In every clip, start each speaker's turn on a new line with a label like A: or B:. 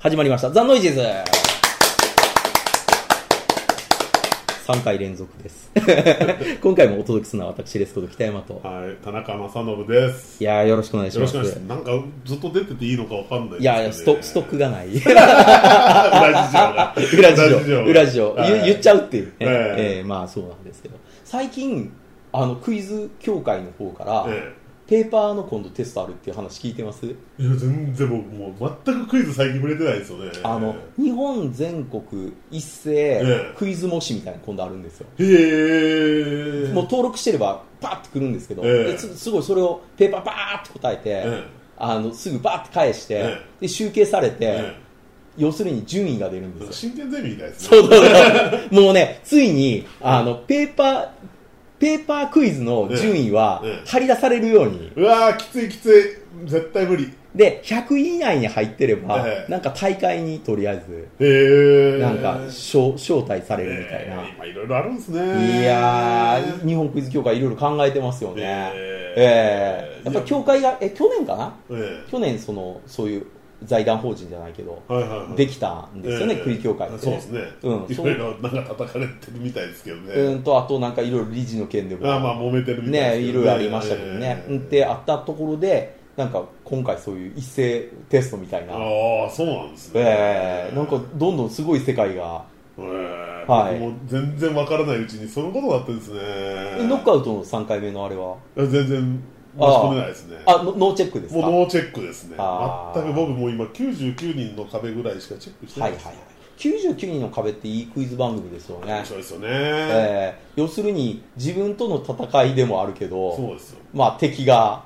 A: 始まりました。ザ・ノイジーズ !3 回連続です。 今回もお届けするのは私、レスコと北山と。
B: はい、田中正信です。
A: いやー、よろしくお願いし
B: よろ
A: ま
B: し
A: す。
B: くお願いします。なんかずっと出てていいのかわかんないです
A: い
B: けどね。
A: やいやスト、ストックがない。
B: 裏事情が。
A: 裏事情。裏事情。
B: はい
A: 言言っちゃうっていうね。え
B: ええ
A: えまあそうなんですけど。最近、あの、クイズ協会の方から、
B: え
A: ペーパーの今度テストあるっていう話聞いてます
B: えいや、全然僕もう全くクイズ最近触れてないですよね。
A: あの、日本全国一斉
B: ええ
A: クイズ模試みたいなの今度あるんですよ。
B: へ え。
A: もう登録してればパッてくるんですけど、
B: ええ
A: ですすごいそれをペーパーパーって答えて、
B: え
A: あのすぐバーって返して、
B: え
A: で集計されて、
B: え
A: 要するに順位が出るん
B: え
A: ですよ。
B: 真剣ゼミみたいですね。
A: そうそうそう もうね、ついにあのペーパーペーパークイズの順位は
B: ええ
A: 張り出されるように、
B: うわー、きついきつい。絶対無理。
A: で100位以内に入ってれば、
B: ええ
A: なんか大会にとりあえず
B: へえ。
A: なんか招招待されるみたいな。
B: ええ今いろいろあるんですね。
A: いやー、日本クイズ協会いろいろ考えてますよね。え
B: え
A: え
B: え
A: やっぱ協会が、え、去年かな
B: ええ
A: 去年、その、そういう財団法人じゃないけど、
B: はいはいはい。
A: できたんですよね、クイ協会って、
B: そうですね、
A: うん
B: い
A: そ
B: ろ
A: う
B: いろなんか叩かれてるみたいですけどね、
A: うんと、あとなんかいろいろ理事の件でも、
B: まあまあ揉めてるみた
A: ね、
B: いです
A: い
B: け
A: ろ
B: ど
A: いろありましたけどね。
B: ええ
A: で、あったところで、なんか今回そういう一斉テストみたいな、え
B: ああそうなんですね
A: えなんかどんどんすごい世界が、
B: ええ
A: はい
B: もう全然わからないうちにそのことだったんですね
A: えノックアウトの3回目のあれは、
B: 全然申し込めないですね
A: あ、ノノーチェックです
B: もう
A: か
B: ノーチェックですね
A: あー
B: 全く僕もう今99人の壁ぐらいしかチェックして
A: は
B: ないい
A: は
B: で
A: い
B: す、
A: はい、99人の壁っていいクイズ番組ですよね
B: 面、白いですよね、
A: えー要するに自分との戦いでもあるけど、
B: そうですよ
A: まあ、敵が、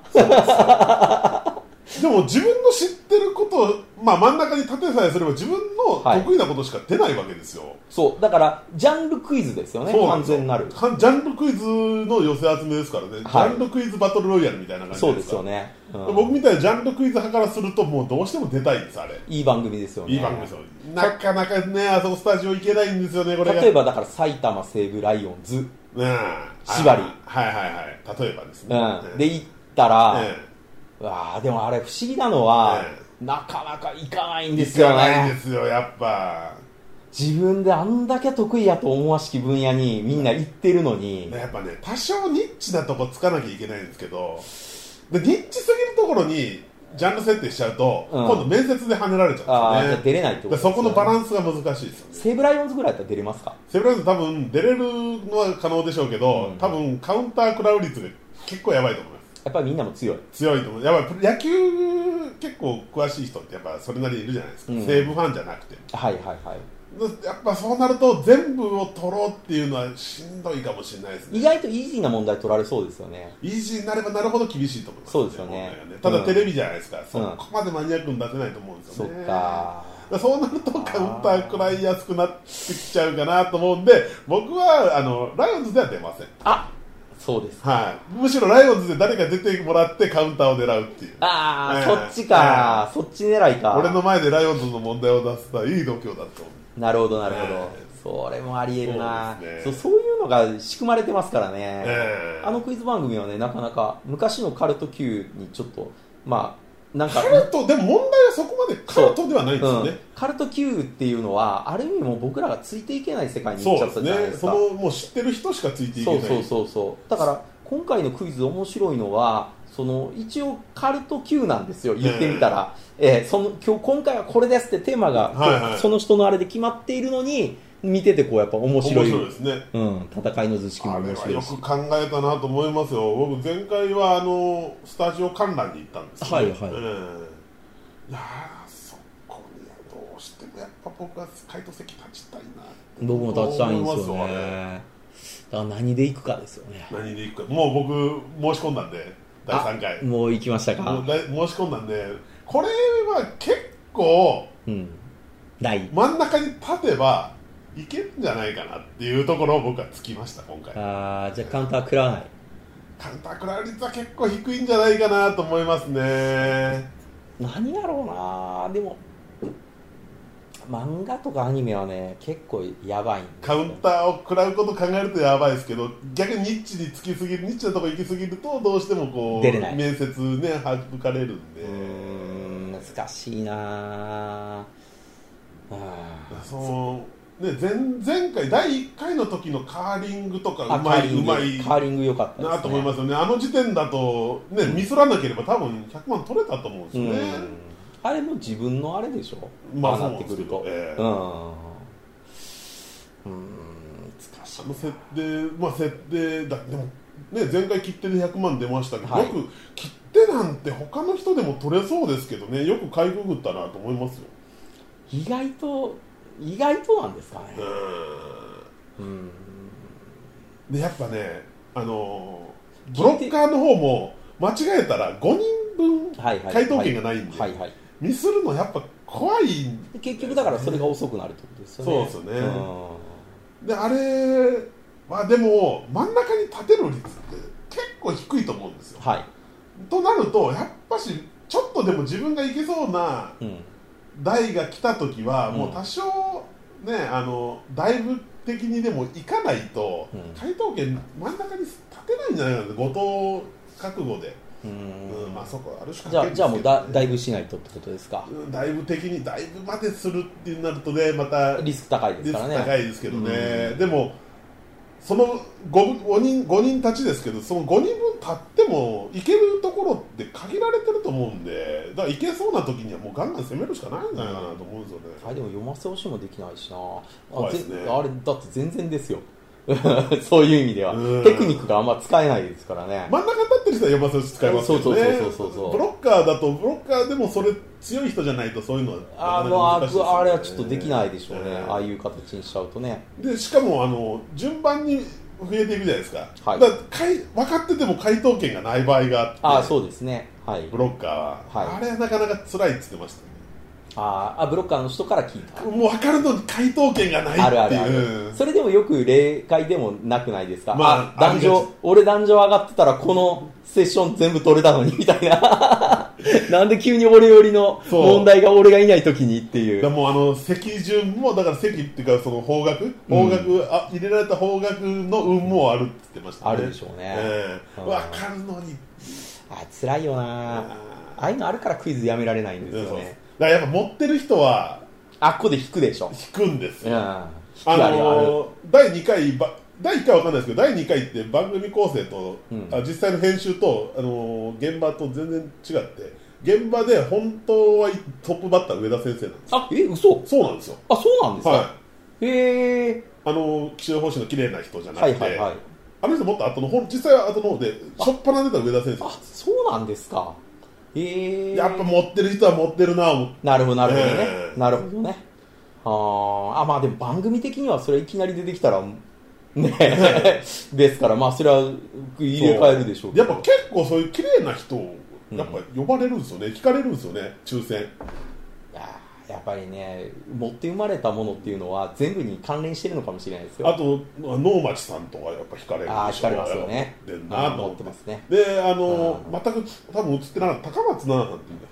B: でも自分の知ってることを、まあ、真ん中に立てさえすれば自分
A: はい
B: の得意なことしか出ないわけですよ、
A: そうだからジャンルクイズですよね、
B: そうなん
A: 完
B: ですよ
A: 全なる、
B: かジャンルクイズの寄せ集めですからね、
A: はい
B: ジャンルクイズバトルロイヤルみたいな感じ
A: そうです
B: から
A: よね、うん
B: 僕みたいなジャンルクイズ派からするともうどうしても出たいんですあれ
A: いい番組ですよね、
B: いい番組ですよなかなかねあそこスタジオ行けないんですよねこれが
A: 例えばだから埼玉西武ライオンズ、
B: ねえ
A: 縛り
B: はいはいはい例えばです
A: う
B: ね、
A: ん、
B: え
A: で行ったら、
B: え
A: うわあでもあれ、不思議なのは、
B: え
A: なかなか行かないん
B: え
A: ですよ
B: 行かないん
A: ね
B: で。すよやっぱ
A: 自分であんだけ得意やと思わしき分野にみんな行ってるのに、
B: やっぱね多少ニッチなとこつかなきゃいけないんですけどでニッチすぎるところにジャンル設定しちゃうと、
A: うん
B: 今度面接で跳ねられち
A: あ
B: ゃ
A: あ
B: う
A: じゃあ
B: んですよ
A: 出
B: ね
A: れないってこと
B: で
A: ですよね
B: そこのバランスが難しいですよね
A: 西武ライオンズぐらいだったら出れますか
B: セブライズ多分出れるのは可能でしょうけど、
A: うん
B: 多分カウンター食らう率が結構やばいと思います
A: やっぱりみんなも強い
B: 強いと思うやっぱり野球結構詳しい人ってやっぱそれなりにいるじゃないですか、
A: うん
B: 西武ファンじゃなくて
A: はいはいはい
B: やっぱそうなると全部を取ろうっていうのはしんどいかもしれないですね
A: 意外とイージーな問題取られそうですよね
B: イージーになればなるほど厳しいと思います、
A: そうですよね
B: 問題がた
A: うん
B: だテレビじゃないですか、そこまでマニアックに出せないと思うんです
A: そ
B: よ
A: っ
B: ね
A: か
B: だからそうなるとカウンター食らいやすくなってきちゃうかなと思うんで僕はあのライオンズでは出ません
A: あそうです
B: はい、むしろライオンズで誰か出てもらってカウンターを狙うっていう
A: ああ、
B: ええ
A: そっちか、そっち狙いか
B: 俺の前でライオンズの問題を出すのはいい度胸だと思
A: なるほどなるほど、
B: え
A: それもありえるな
B: そうです
A: そう,、
B: ね
A: そういうのが仕組まれてますからね、
B: ええ
A: あのクイズ番組はねなかなか昔のカルト級にちょっとまあなんか
B: カルトでも問題はそこまでカルトではないんですよ
A: うん
B: ね、
A: カルト級っていうのはある意味もう僕らがついていけない世界に行っちゃ
B: そう
A: っ
B: で
A: たじ
B: す
A: ゃないで
B: ね
A: す
B: そ
A: か
B: のもう知ってる人しかついていけ
A: そ
B: な
A: う
B: い
A: そうそうそうだから今回のクイズ面白いのはその一応カルト級なんですよ言ってみたら、えーその今日今回はこれですってテーマが、
B: はいはい
A: その人のあれで決まっているのに見ててこうやっぱ面白
B: 面
A: い
B: 白いですね
A: うん、戦いの図式も
B: あれ
A: 面
B: は
A: 白
B: よ
A: いし
B: く考えたなと思いますよ僕前回はあのスタジオ観覧に行ったんですよ
A: はいはい
B: うんいやーそこにはどうしてもやっぱ僕は解答席立ちたいな
A: 僕も立ちたいんですよ
B: 思いますよ
A: ねだから何でいくかですよね
B: 何で行くかもう僕申し込んだんで第3回
A: あもう行きました
B: も
A: か
B: う、だい申し込んだんでこれは結構
A: うん、ない
B: 真ん中に立てばいけるんじゃないかなっていうところを僕はつきました今回
A: あーじゃあカウンター食らわない
B: カウンタークラウ率は結構低いんじゃないかなと思いますね
A: 何やろうなでも漫画とかアニメはね結構やばいんです
B: カ
A: よ
B: ウンターを食らうこと考えるとやばいですけど逆にニッチにつきすぎるニッチなとこ行きすぎるとどうしてもこう
A: 出れない
B: 面接ね省かれるんで
A: うーん難しいな
B: そのね前前回第1回の時のカーリングとか
A: あ
B: う
A: カ
B: ま
A: ーリ
B: い
A: ン
B: う
A: グ
B: まい
A: カーリング良かったです、ね、
B: なと思いますよねあの時点だとねミスらなければ多分100万取れたと思うんです
A: う
B: よね、
A: んあれも自分のあれでしょ、
B: まあ
A: ああなってくると
B: そうですけ
A: う
B: ど
A: んうん難しい
B: あの設定まあ設定だでもね前回切手で100万出ましたけど、
A: はい
B: よく切手なんて他の人でも取れそうですけどねよく買いくぐったなと思いますよ
A: 意外と意外となんですかね
B: う
A: うん
B: んでやっぱねあのーブロッカーの方も間違えたら5人分
A: はいはい
B: 回答権がないんで、
A: はいはい
B: ミスるのやっぱ怖い
A: で結局だからそれが遅くなるってことですよね
B: そうですよねであれはでも真ん中に立てる率って結構低いと思うんですよ
A: うんはい、
B: となるとやっぱしちょっとでも自分がいけそうな
A: うん、
B: 台が来た時は
A: うん
B: もう多少ね、あのだいぶ的にでもいかないと、
A: うん
B: 回答権真ん中に立てないんじゃないかな後藤覚悟で、
A: う
B: うん
A: ん
B: まあそこあるしか
A: じゃあじゃあもうだだい
B: ぶ
A: ぶしないとってことですか、
B: だいぶ的にだいぶまでするってなるとねまた
A: リスク高いで
B: リ
A: す
B: スク
A: からね
B: 高いですけどね、
A: うん
B: でもその 5, 五人5人たちですけどその5人分たってもいけるところって限られてると思うんでだからいけそうな時にはもうガンガン攻めるしかないんじゃないかなと思うんですよね、
A: あれでも読ませほしいもできないしなあ,
B: 怖い
A: ぜ、
B: ですね
A: あれだって全然ですよ そういう意味では
B: うん
A: テクニックがあんま使えないですからね、
B: 真ん中に立ってる人は山瀬使いますけどね
A: そうそうそうそうそうそう
B: ブロッカーだとブロッカーでもそれ強い人じゃないとそういうのは
A: あのあ
B: なかなか難しいですよね
A: あれはちょっとできないでしょうね、
B: ええ
A: ああいう形にしちゃうとね
B: でしかもあの順番に増えていくじゃないですか,、
A: はい
B: だからかい分かってても回答権がない場合があって
A: ああそうですねはい
B: ブロッカーは、
A: はい
B: あれはなかなか辛いって言ってまし
A: あーあブロッカーの人から聞いた
B: たねもう分かるのに回答権がないっていう
A: あるあるあるそれでもよく例外でもなくないですか、
B: まあ
A: あ壇
B: ありが
A: 上
B: ち
A: 俺壇上上がってたらこのセッション全部取れたのにみたい ななんで急に俺よりの
B: そう
A: 問題が俺がいない時にってい
B: だから
A: う
B: もうあの席順もだから席っていうかその方角方角、あ入れられた方角の運もあるって言ってましたね
A: あるでしょうね
B: ええ
A: うん
B: 分かるのに
A: あ辛いよな
B: あ
A: ああいうのあるからクイズやめられないんで
B: ーそ
A: す
B: う
A: よ
B: そうだ
A: ね
B: からやっぱ持ってる人は
A: あっこで引くでしょ
B: 引くんです
A: うん
B: よ
A: 引く
B: あ
A: あるある
B: のー第2回ば第1回わかんないですけど第2回って番組構成と、
A: うん
B: あ実際の編集と、あのー現場と全然違って現場で本当はいトップバッター上田先生なんです
A: あえ嘘
B: そうなんですよ
A: あそうなんですか、
B: は
A: へえ
B: いあのー気象予報士の綺麗な人じゃな
A: は
B: く
A: い
B: て、
A: はいはい
B: あの人もっと後の方実際は後の方でしょっぱな出た上田先生
A: あそうなんですかへえ
B: やっぱ持ってる人は持ってるな思って
A: なるほどなるほどね、
B: ええ
A: なるほどねあーあまあでも番組的にはそれいきなり出てきたらね ですからまあそれは入れ替えるでしょうけ
B: やっ
A: ど
B: ぱ結構そういう綺麗な人をやっぱ呼ばれるんですよね、聞かれるんですよね抽選
A: いやーやっぱりね持って生まれたものっていうのは全部に関連してるのかもしれないですよ
B: あと能町さんとかやっぱ惹かれるでしょ
A: あー惹かれますよね
B: 持ってんなと思
A: 持ってますね
B: であの
A: うん
B: 全く多分映ってなかった高松菜奈さんっていうね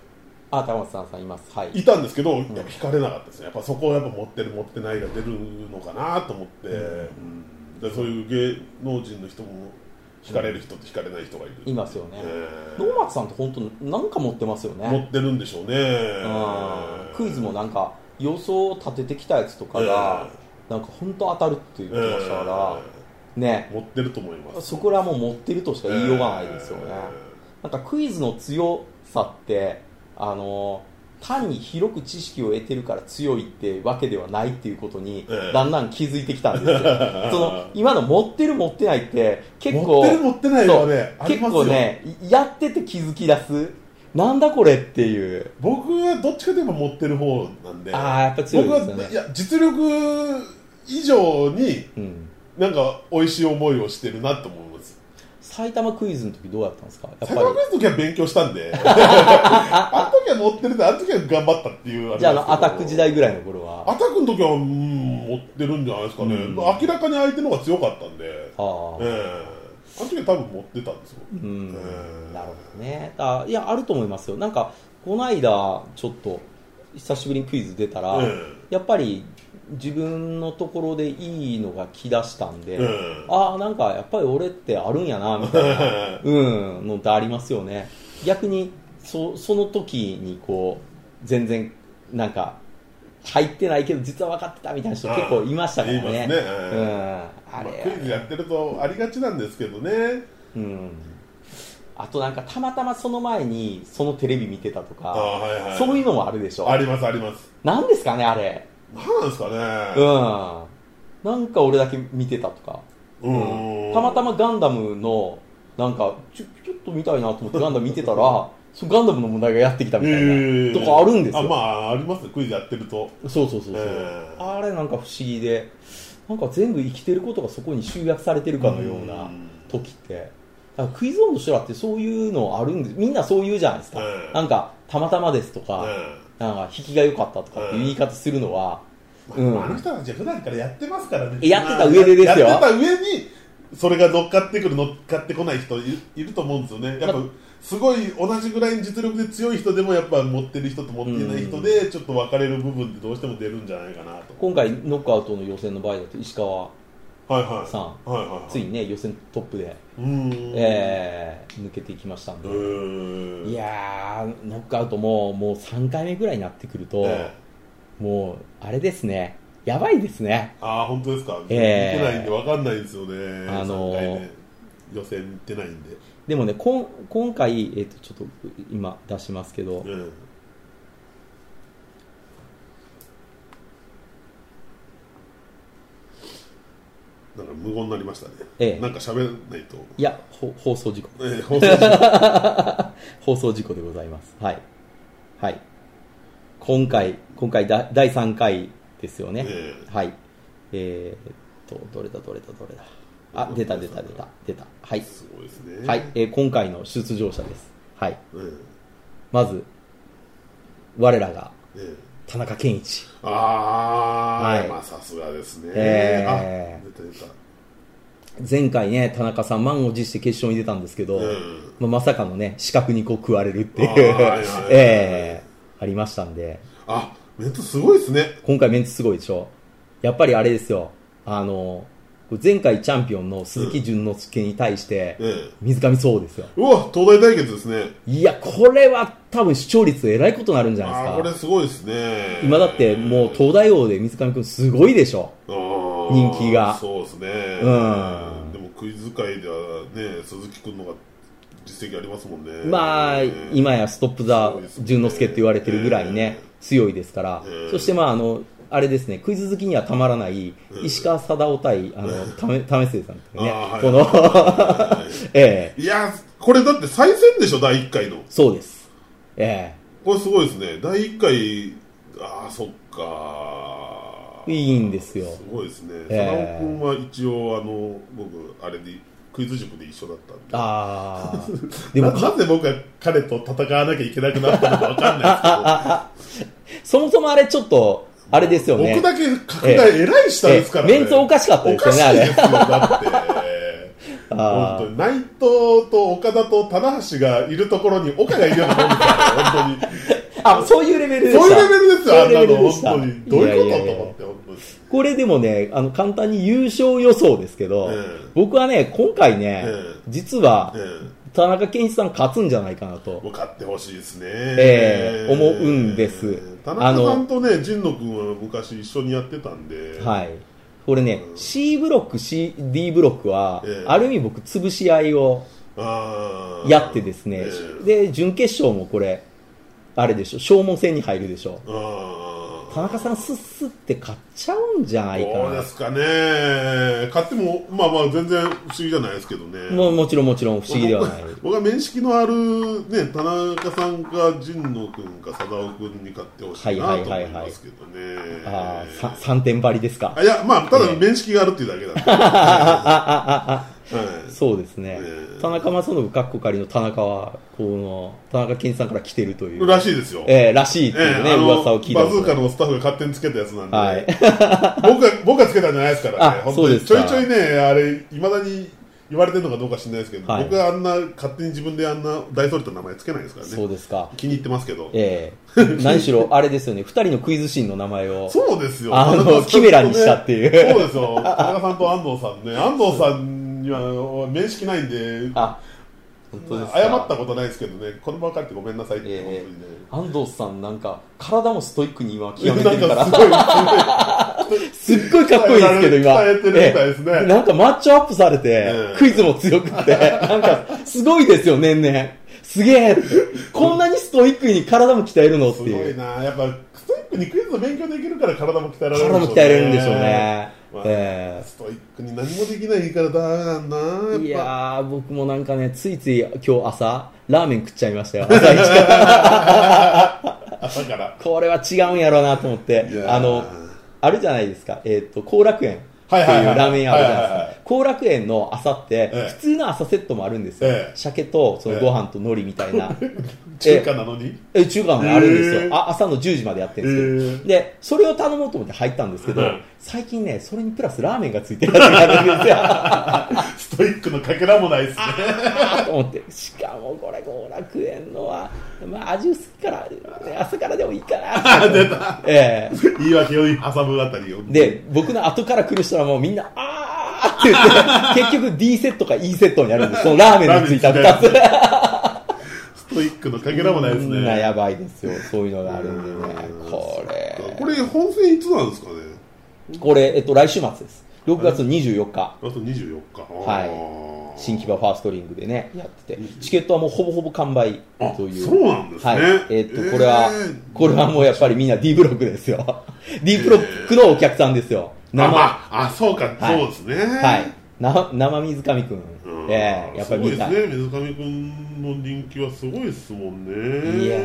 A: あ高松さんさんいますはい
B: いたんですけどやっぱ惹かれなかったですねやっぱそこはやっぱ持ってる持ってないが出るのかなと思って、うんでそういう芸能人の人も惹かれる人と惹かれない人がいる
A: いますよね
B: えー
A: 能町さんって本当なんか持ってますよね
B: 持ってるんでしょうね
A: うんクイズもなんか予想を立ててきたやつとかが、なんか本当当たるって言ってましたから、ね
B: 持ってると思います
A: そこらもう持ってるとしか言いようがないですよね、なんかクイズの強さってあの単に広く知識を得てるから強いってわけではないっていうことに、
B: ええ
A: だんだん気づいてきたんです よその今の持ってる持ってないって結
B: 持
A: 構
B: ってる持ってないはね
A: そう
B: あり
A: 結
B: ます
A: 構
B: よ
A: ねやってて気づき出すなんだこれっていう
B: 僕はどっちかといえば持ってる方なんで
A: あーやっぱ強いですよね
B: 僕はいや実力以上に
A: うん
B: なんか美味しい思いをしてるなと思います
A: 埼玉クイズの時どうだったんですかやっぱ
B: 最高
A: り
B: の時は勉強した んであの時は持ってるであの時は頑張ったっていうれなんですけど
A: じゃああのアタック時代ぐらいの頃は
B: アタックの時は、うん、持ってるんじゃないですかね、
A: うん
B: 明らかに相手の方が強かったんで
A: ああ、
B: ええあの時は多分持ってたんですよ、
A: うん、
B: え
A: なるほどねあいやあると思いますよなんかこの間ちょっと久しぶりにクイズ出たら、
B: え
A: やっぱり自分のところでいいのが来だしたんで、
B: ええ
A: ああなんかやっぱり俺ってあるんやなみたい なうん、のってありますよね。逆にそその時にこう全然なんか入ってないけど実は分かってたみたいな人結構いましたからね
B: いますねうん
A: うん、あ
B: まあクイズ
A: れ、
B: やってるとありがちなんですけどね
A: うん、あとなんかたまたまその前にそのテレビ見てたと
B: あ
A: か
B: はいはい
A: そういうのもあるでしょ
B: ありますあります
A: なんですかねあれ
B: なんなんですかね
A: うんなんか俺だけ見てたとか
B: うーん
A: たまたまガンダムのなんかちょちょっと見たいなと思ってガンダム見てたらそのガンダムの問題がやってきたみたいな、
B: ええ
A: とかあるんですよ
B: あまあありますねクイズやってると
A: そうそうそうそう、
B: ええ
A: あれなんか不思議でなんか全部生きてることがそこに集約されてるかのよう
B: う
A: なん時ってだからクイズ王の人らってそういうのあるんですみんなそう言うじゃないですか、
B: ええ
A: なんかたまたまですとか、
B: え
A: なんか引きが良かったとかっていう言い方するのは、
B: え
A: うん
B: あの人たちは普段からやってますからね
A: えやってた上でですよ
B: やってた上にそれが乗っかってくる乗っかってこない人いいると思うんですよねやっぱ
A: ま
B: すごい同じぐらいの実力で強い人でもやっぱ持ってる人と持っていない人でちょっと分かれる部分ってどうしても出るんじゃないかなと
A: 今回ノックアウトの予選の場合だと石川
B: はいはい
A: さん、
B: はいはいはい
A: ついにね予選トップで、
B: うーん
A: えー抜けていきましたん
B: う
A: で、
B: ーん
A: いやーノックアウトももう3回目ぐらいになってくると、
B: ええ
A: もうあれですねやばいですね
B: ああ本当ですか、
A: ええ
B: 見てないんで分かんないんですよね、
A: あのー
B: 3回目予選行ってないんで、
A: でもねこん今回、えっとちょっと今出しますけど
B: うん、なんか無言になりましたね、
A: ええ
B: なんか喋らないと、
A: いやほ放送事故
B: ええ放送事故
A: 放送事故でございますはいはい今回今回だ第3回ですよね、
B: ええ
A: はいえーっとどれだどれだどれだあ出た出た出た出たはい
B: すごいですね、
A: はい、えー今回の出場者です。はい。
B: うん
A: まず、我らが、
B: ええ
A: 田中健一。
B: ああ、
A: はい
B: まあさすがですね、
A: ええ
B: あ出た出た、
A: 前回ね、田中さん満を持して決勝に出たんですけど、
B: うん
A: まあ、まさかのね、視覚にこう食われるっていう
B: あーはいはいはい、
A: えーありましたんで、
B: あメンツすごいですね、
A: 今回メンツすごいでしょ。やっぱりあれですよ、あの、前回チャンピオンの鈴木淳之介に対して、
B: ええ
A: 水上そうですよ。
B: うわ、東大対決ですね。
A: いや、これは多分視聴率えらいことになるんじゃないです
B: あ
A: か。
B: ーこれすごいですね
A: 今だってもう東大王で水上くんすごいでしょ人
B: 人
A: 気が
B: そうですね
A: うん
B: でもクイズ界ではね鈴木君の方が実績ありますもんね
A: まあ今やストップ・ザ・淳之介って言われてるぐらいね強いですから
B: ええ
A: そしてまああのあれですねクイズ好きにはたまらない石川貞夫対あのため為末さんっていうね
B: あー
A: この ええ
B: いやこれだって再戦でしょ第1回の
A: そうですえ
B: これすごいですね第1回ああそっか
A: えいいんですよ
B: すごいですね
A: ええ
B: 佐野君は一応あの僕あれでクイズ塾で一緒だったんで
A: ああで
B: でも
A: も
B: ななぜ僕が彼と戦わなきゃいけなくなったのかわかんないですけど
A: そもそもあれちょっとあれですよね
B: 僕だけ格が偉い下ですからね、
A: ええメンツおかしかったですよね
B: おか
A: あ
B: しい
A: れ
B: ですよだって
A: あ
B: 本
A: ー
B: 当に内藤と岡田と棚橋がいるところに岡がいるようなもんですから本 当に
A: あそういうレベルでした
B: そういうレベルですよあんな
A: そういうレベル
B: の
A: でし
B: 本
A: た
B: 当にどういうこと
A: いやいやいや
B: と思って本当に
A: これでもね、あの、簡単に優勝予想ですけど、
B: ええ
A: 僕はね、今回ね、
B: ええ
A: 実は、
B: え
A: 田中健一さん勝つんじゃないかなと
B: え。もう勝ってほしいですね、
A: ええ思うんです
B: 田中さんとね神野君は昔一緒にやってたんで
A: はい。これね、C ブロック、C、D ブロックは、
B: ええ
A: ある意味僕、潰し合いを
B: あー
A: やってですね、
B: ええ
A: で、準決勝もこれ、あれでしょ、消耗戦に入るでしょ。
B: あー
A: 田中さん、スッスって勝っちゃうんじゃないか
B: どうで
A: な。
B: すかね、買っても、まあまあ、全然不思議じゃないですけどね、
A: ももちろんもちろん不思議ではない。
B: 僕僕は面識のある、ね、田中さんか、神野君か、貞夫君に買ってほしい
A: は
B: ないと
A: はいはい
B: 思
A: はい
B: いますけどね、
A: ああ、3点張りですか。
B: あいや、まあ、た
A: え
B: だ
A: え
B: 面識があるっていうだけなんで、 はい
A: そうですね、
B: ええ
A: 田中正信かっこかりの田中はこの田中健一さんから来てるという
B: らしいですよ。
A: ええらしいって
B: え
A: いうね、
B: えあの
A: 噂を聞いた
B: バ
A: こ
B: ズ
A: と
B: ーカのスタッフが勝手につけたやつなんで、僕が僕がつけたんじゃないですからね、
A: あ
B: 本当に
A: そ
B: ち
A: う
B: ょ
A: で
B: い
A: す
B: ち
A: か
B: ょいね、あれ、いまだに言われてるのかどうか知らないですけど、
A: はい
B: 僕はあんな、勝手に自分であんな大それた名前つけないですから ね。
A: そうですか
B: 気に入ってますけど、
A: ええ 何しろあれですよね2人のクイズシーンの名前を
B: そうですよ、
A: あの
B: 田中さんとね
A: キメラにしたっていう
B: そうですよ、田中さんと安藤さんね、安藤さんには面識ないんで、
A: あ本当ですか
B: 謝ったことないですけどね、この場借りてごめんなさいって、
A: ええ
B: 本当にね。
A: 安藤さんなんか体もストイックに今極めてるから
B: なんすごい
A: すっごいかっこいいですけど今
B: 鍛えてるみたいですね
A: ええなんかマッチアップされて、
B: うん
A: クイズも強くてなんかすごいですよ年々すげえってこんなにストイックに体も鍛えるのって
B: すご
A: い
B: いうな、やっぱストイックにクイズの勉強できるから体も鍛えられる
A: 体も鍛えれるんでしょうね、
B: まあ
A: ええ
B: ストイックに何もできないからダメなんだなやっぱ
A: いやー僕もなんかねついつい今日朝ラーメン食っちゃいましたよ朝一から
B: 朝から
A: これは違うんやろうなと思って
B: いやー
A: あのあるじゃないですかえーっ、と後楽園って
B: はいいうはいはい
A: ラーメン屋あるじゃないです
B: はいはいは
A: か後楽園の朝って
B: ええ
A: 普通の朝セットもあるんですよ、
B: ええ
A: 鮭とそ
B: え
A: の
B: え
A: ご飯と海苔みたいな、
B: 中華なのに
A: え中華もあるんですよ、
B: へー
A: あ朝の10時までやってるんですけど、でそれを頼もうと思って入ったんですけど、
B: うん
A: 最近ねそれにプラスラーメンがついてるやつがあるんですよ
B: ストイックのかけらもないですね
A: あーと思ってしかもこれ後楽園のは、まあ、味薄いから朝からでもいいか なええ
B: 言い訳を挟むあたりを
A: で僕の後から来る人はもうみんなあーって言って結局 D セットか E セットになるんですそのラーメンのついた
B: ラー
A: 2
B: メ
A: つ
B: ストイックのかけらもないです
A: みんな
B: ね
A: やばいですよそういうのがあるんでねこ
B: こ
A: れ
B: れ本戦いつなんですかね
A: これ、えっと、来週末です6月24日
B: あと24日
A: はい新木場ファーストリングでねやっててチケットはもうほぼほぼ完売
B: あ
A: という
B: そうなんですね、
A: はい。えっと、これは、これはもうやっぱりみんな D ブロックですよ。D ブロックのお客さんですよ。
B: 生あ,、
A: 生、
B: ま
A: は
B: あ、あそうか、
A: はい
B: そうですね
A: い。な生水上くん
B: う。ん
A: ええやっぱり見たい。
B: すごいですね水上君の人気はすごいですもんね
A: いや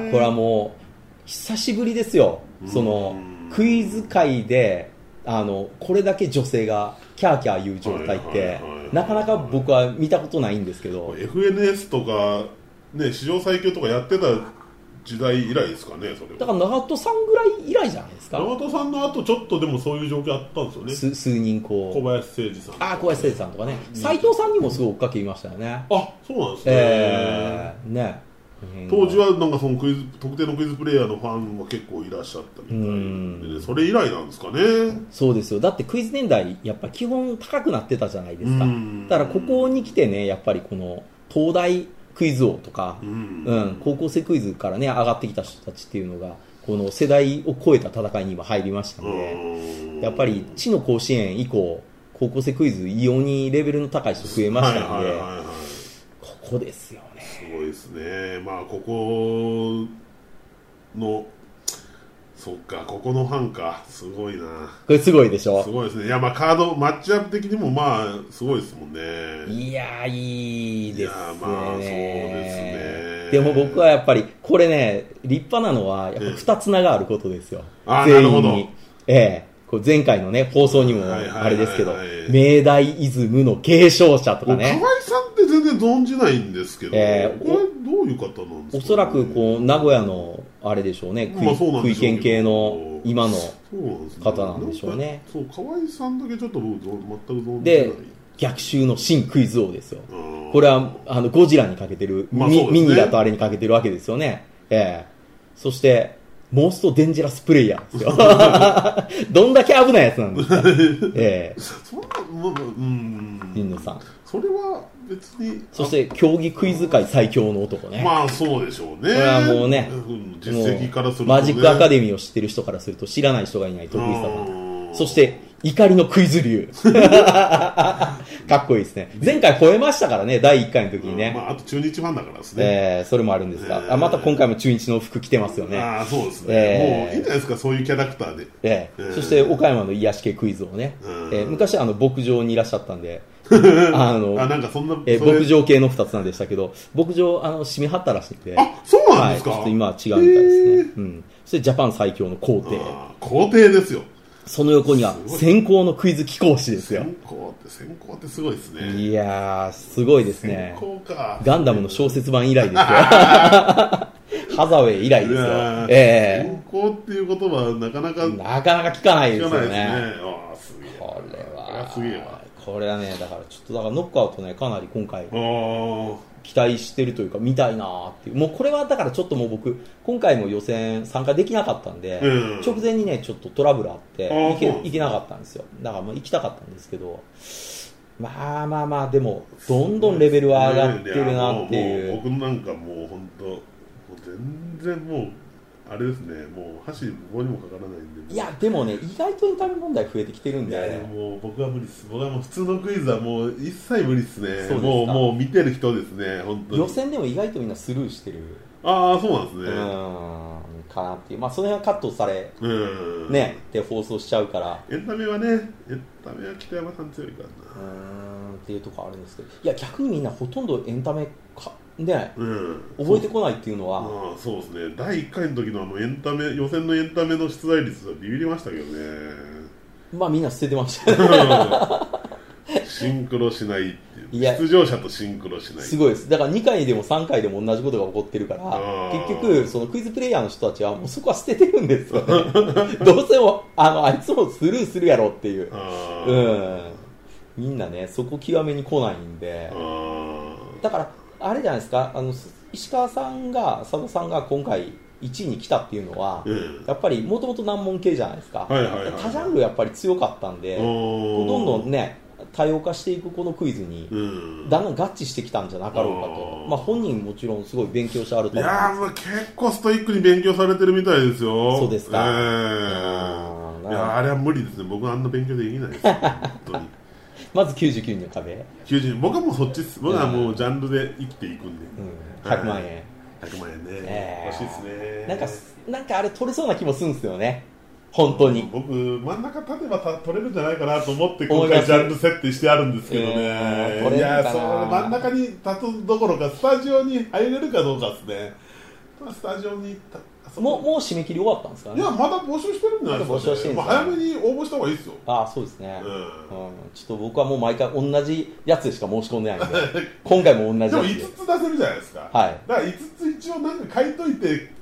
A: ー、これはもう、久しぶりですよ。その
B: うん、
A: クイズ界で、あの、これだけ女性が、キャーキャー言う状態っ
B: はい
A: て
B: はいはいは、い
A: なかなか僕は見たことないんですけど、
B: FNS とか、ね、史上最強とかやってた時代以来ですかね、それ
A: だか
B: は。
A: ら長門さんぐらい以来じゃないですか。
B: 長門さんの後ちょっとでもそういう状況あったんですよ
A: 数
B: ね、
A: 数人こ
B: 小
A: う、
B: 林誠司さんとか。
A: あー、小林誠司さんとかね、斎藤さんにもすごい追っかけいましたよね。
B: あそうなんですね、
A: えー、ね
B: 当時はなんかそのクイズ特定のクイズプレイヤーのファンが結構いらっしゃったみたいでね、
A: うん
B: それ以来なんですかね。
A: そうですよだってクイズ年代やっぱ基本高くなってたじゃないですか
B: うん
A: だからここに来てねやっぱりこの東大クイズ王とか
B: う、ん
A: うん高校生クイズからね上がってきた人たちっていうのがこの世代を超えた戦いに今入りましたので、
B: うん
A: やっぱり地の甲子園以降高校生クイズ異様にレベルの高い人増えましたの
B: はい
A: で、
B: はいはいはい
A: ここですよね
B: すごいですね、まあここの、そっか、ここのファンか、すごいな、
A: これすごいでしょ
B: すごいですね、いや、まあカード、マッチアップ的にも、まあ、すごいですもんね、
A: いやー、いいですね。
B: いやーまあそうですね
A: でも僕はやっぱり、これね、立派なのは、やっぱ二つ名があることですよ。
B: あー
A: 全員
B: なるほ
A: に。ええこう前回のね、放送にも
B: はいはいはいはい
A: あれですけど、明大イズムの継承者とか
B: もう河
A: ね
B: 合、さんって全然存じないんですけど、
A: えー
B: これ、どういう方なんですか、ね、
A: おそらくこう、名古屋の、あれでしょうね、
B: まあそうなん
A: 福
B: で
A: 井
B: しょうけ
A: 県
B: ど
A: 系の、今の、
B: そうなんですね
A: 方なんでしょうね
B: なんかそう河合さんだけちょっと僕、全く存じない。
A: で、逆襲の新クイズ王ですよ。
B: うん
A: これはあのゴジラにかけてる、
B: まあ
A: ミ
B: そうですね
A: ミニだとあれにかけてるわけですよね、ええそしてモーストデンジャラスプレイヤーです よどんだけ危ないやつなんですか、ええ
B: そんな、まあまあうん、
A: 神野さん
B: それは別に、
A: そして競技クイズ界最強の男ね、
B: まあそうでしょうね。これ
A: れはもうね
B: 実績からすると、ね、
A: もうマジックアカ
B: デ
A: デミーを知ってる人からすると知らない人がいない得意さが
B: ー
A: そして怒りのクイズ 流かっこいいですね前回超えましたからね第1回の時にね、
B: まああと中日ファンだからですね。
A: ええそれもあるんですが、
B: ええ
A: あまた今回も中日の服着てますよね
B: ああそうですね、
A: えー
B: もういいんじゃないですかそういうキャラクターで。
A: ええ
B: うん
A: そして岡山の癒し系クイズをね、
B: うん
A: ええ昔あの牧場にいらっしゃったん であの
B: あなんかそんな、
A: ええ
B: それ
A: 牧場系の2つなんでしたけど牧場あの締めはったらしくて
B: あそうなん
A: は
B: で
A: い、
B: す
A: ち
B: か。
A: ょっと今は違うみたいですね、
B: へ
A: うん、そしてジャパン最強の皇帝
B: あー皇帝ですよ。
A: その横には
B: すごい
A: 先行のクイズ貴公子ですよ
B: 先行って先行ってすごいですね。
A: いやーすごいです
B: 先
A: ね
B: 行か。
A: ガンダムの小説版以来 ですよハザウェイ以来ですよ
B: いやー
A: え
B: 先行っていう言葉はなかなか
A: えなかなか聞かないです
B: 聞
A: よ
B: かないですね。
A: ね
B: ああす
A: これは
B: げえ。これはすげえわ
A: これはねだからちょっとだからノックアウトねかなり今回
B: ああ。
A: 期待してるというか見たいなーっていうもうこれはだからちょっともう僕今回も予選参加できなかったんで、
B: うん
A: 直前にねちょっとトラブルあって
B: あー
A: 行け
B: そうなんですね
A: 行けなかったんですよだからもう行きたかったんですけどまあまあまあでもどんどんレベルは上がってるなってい
B: やも
A: う
B: も僕なんかもう本当もう全然もうあれですねもう箸棒にもかからないんでもう
A: いやでもね意外とエンタメ問題増えてきてるん
B: い
A: だ
B: や
A: よ
B: で
A: ね
B: ももう僕は無理です僕はもう普通のクイズはもう一切無理ですね
A: そうですか
B: もうもう見てる人ですね本当に
A: 予選でも意外とみんなスルーしてる
B: ああそうなん
A: う
B: ですね
A: ーんかなっていうまあその辺はカットされ
B: うん、
A: ねって放送しちゃうから
B: エンタメはねエンタメは北山さん強いから
A: うーんっていうとこあるんですけどいや逆にみんなほとんどエンタメかね
B: なうん
A: 覚えてこないっていうのは
B: まあそうですね第1回の時のあのエンタメ予選のエンタメの出題率はビビりましたけどね
A: まあみんな捨ててま したね
B: シンクロしないっていう
A: いや
B: 出場者とシンクロしない
A: すごいですだから2回でも3回でも同じことが起こってるから
B: あー
A: 結局そのクイズプレイヤーの人たちはもうそこは捨ててるんですよね どうせもあのあいつもスルーするやろっていう
B: あ
A: う
B: ー
A: んみんなねそこ極めに来ないんで
B: あ
A: だからあれじゃないですかあのす石川さんが佐野さんが今回1位に来たっていうのは、
B: ーうん
A: やっぱりもともと難問系じゃないですか、
B: はいはいはい
A: 他ジャンルやっぱり強かったんで、
B: ど
A: どんどんね多様化していくこのクイズに、
B: うん
A: だんだん合致してきたんじゃなかろうかと
B: う、ん
A: まあ、本人もちろんすごい勉強してある
B: い
A: と思
B: やーもう結構ストイックに勉強されてるみたいですよ
A: そうですかう
B: え
A: ん
B: えいやーあれは無理ですね僕はあんな勉強でき ないです本当に
A: まず99人の壁、うん、
B: 90僕はもうそっちです僕はもうジャンルで生きていくんで、
A: 100万円、
B: 100万円ね、
A: ええ
B: 欲しいですね
A: なんかなんかあれ取れそうな気もするんですよね本当に、
B: 僕真ん中立てばた取れるんじゃないかなと思って
A: 思い
B: 今
A: ます
B: 回ジャンル設定してあるんですけどね、
A: えー取
B: い
A: れるかな
B: やその真ん中に立つどころかスタジオに入れるかどうかですねただスタジオにたあそこ
A: もうもう締め切り終わったんですか
B: い
A: ね
B: やまだ募集してるんじゃないですか、
A: まだ
B: ね、
A: 募集してるんですね
B: もう早めに応募した方がいいですよ、
A: ああそうですね、
B: う
A: うんちょっと僕はもう毎回同じやつでしか申し込んで ないんで今回も
B: ん、で
A: 同
B: も
A: じや
B: 5つ出せるじゃないですか、
A: はい
B: だから5つ一応なんか書いといて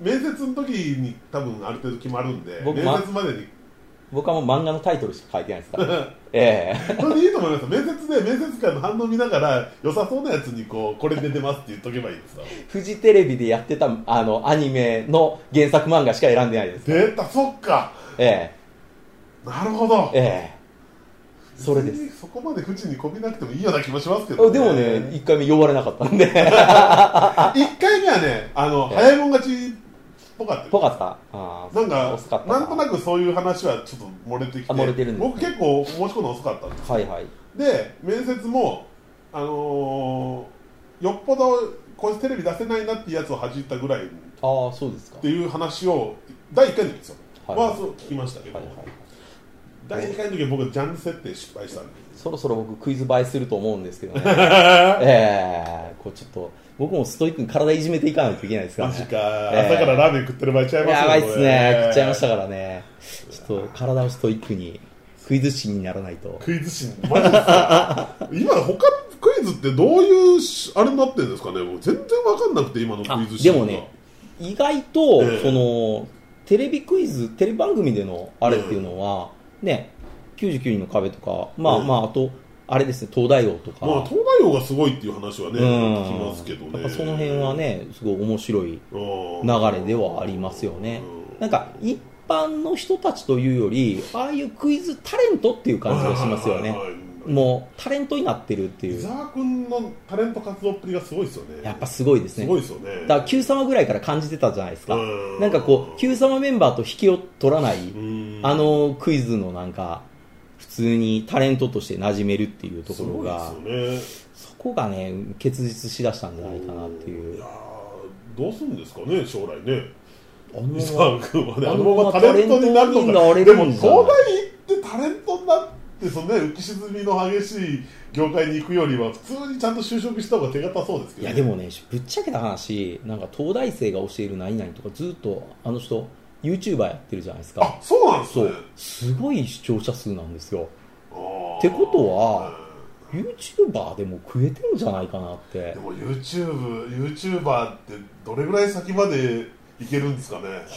B: 面接の時に多分ある程度決まるんで
A: 僕
B: 面
A: ま
B: 接までに
A: つ僕はもう漫画のタイトルしか書いてないですから ええ
B: それでいいと思います面接で面接官の反応見ながら良さそうなやつにこうこれ出てますって言っとけばいいんですよ
A: フジテレビでやってたあのアニメの原作漫画しか選んでないです
B: 出たそっか
A: え
B: なるほど
A: えええそれです
B: 別にそこまで富士にこびなくてもいいような気もしますけど、
A: あでもね1回目呼ばれなかったんで
B: 1回目はねあの
A: ええ
B: 早いもん勝ちっぽかったよ
A: ぽかったあー
B: なん
A: 遅かっ
B: か、
A: た
B: なんとなくそういう話はちょっと漏れてきて、
A: あ漏れてるんですね
B: 僕結構申し込んで遅かったんで
A: はいはい
B: で、面接も、あのーよっぽどこいつテレビ出せないなっていうやつを弾いたぐらいっ
A: ああそうですか
B: ていう話を、第1回の時ですよ、
A: は
B: はいい、そう聞きましたけど、
A: はいはいはい
B: 第2回の時は僕はジャンル設定失敗したんで、
A: そろそろ僕クイズ映えすると思うんですけど ねええこうちょっと僕もストイックに体いじめていかないといけないですから
B: マ
A: ね
B: ジか、
A: ええ
B: 朝からラーメン食ってる場合ちゃいますよ
A: やばいっすね
B: これ
A: 食っちゃいましたからねちょっと体をストイックにクイズ師にならないと
B: クイズシーンマジですか今他クイズってどういうしあれになってるんですかねもう全然わかんなくて今のクイズシ
A: で
B: ーン
A: も
B: が
A: ね意外と、
B: ええ
A: そのテレビクイズテレビ番組でのあれっていうのは、ね99人の壁とかまあ、
B: うん
A: まああとあれですね東大王とか、
B: まあ、東大王がすごいっていう話はね、
A: うん
B: 聞きますけどね。
A: やっぱその辺はねすごい面白い
B: うん、
A: 流れではありますよねなんか一般の人たちというよりああいうクイズタレントっていう感じがしますよね
B: はいはいはいはい
A: もうタレントになってるってい
B: 伊
A: う
B: 沢君のタレント活動っぷりがすごいですよね。
A: やっぱすごいです
B: す
A: ね
B: ごいですよね。
A: だから Q 様ぐらいから感じてたじゃないですか
B: うん
A: なんかこう Q 様メンバーと引きを取らない
B: うん
A: あのクイズのなんか普通にタレントとして馴染めるっていうところが
B: すごいですよね。
A: そこがね結実しだしたんじゃないかなってい
B: いうやーどうするんですかね、将来ね。
A: あの
B: 伊沢君はね、
A: あ
B: あ
A: の
B: の
A: ま
B: ま
A: ま
B: まタレントにな
A: タレン
B: るの
A: トにな
B: か。
A: れ
B: で
A: る
B: も、
A: ん
B: 東
A: じゃ
B: 大
A: ない
B: 行ってタレントになって、そのね、浮き沈みの激しい業界に行くよりは、普通にちゃんと就職した方が手堅そうですけ
A: い
B: ど、
A: やでもねぶっちゃけた話なんか東大生が教える何々とかずっとあの人 YouTuber やってるじゃないです
B: あ
A: か、
B: そうなんです
A: そ
B: ね。
A: うすごい視聴者数なんですよ
B: っ
A: ってことは YouTuber でも食えてんじゃないかなって
B: でも YouTube、YouTuber ってどれぐらい先までいけるんですかね
A: わかんないで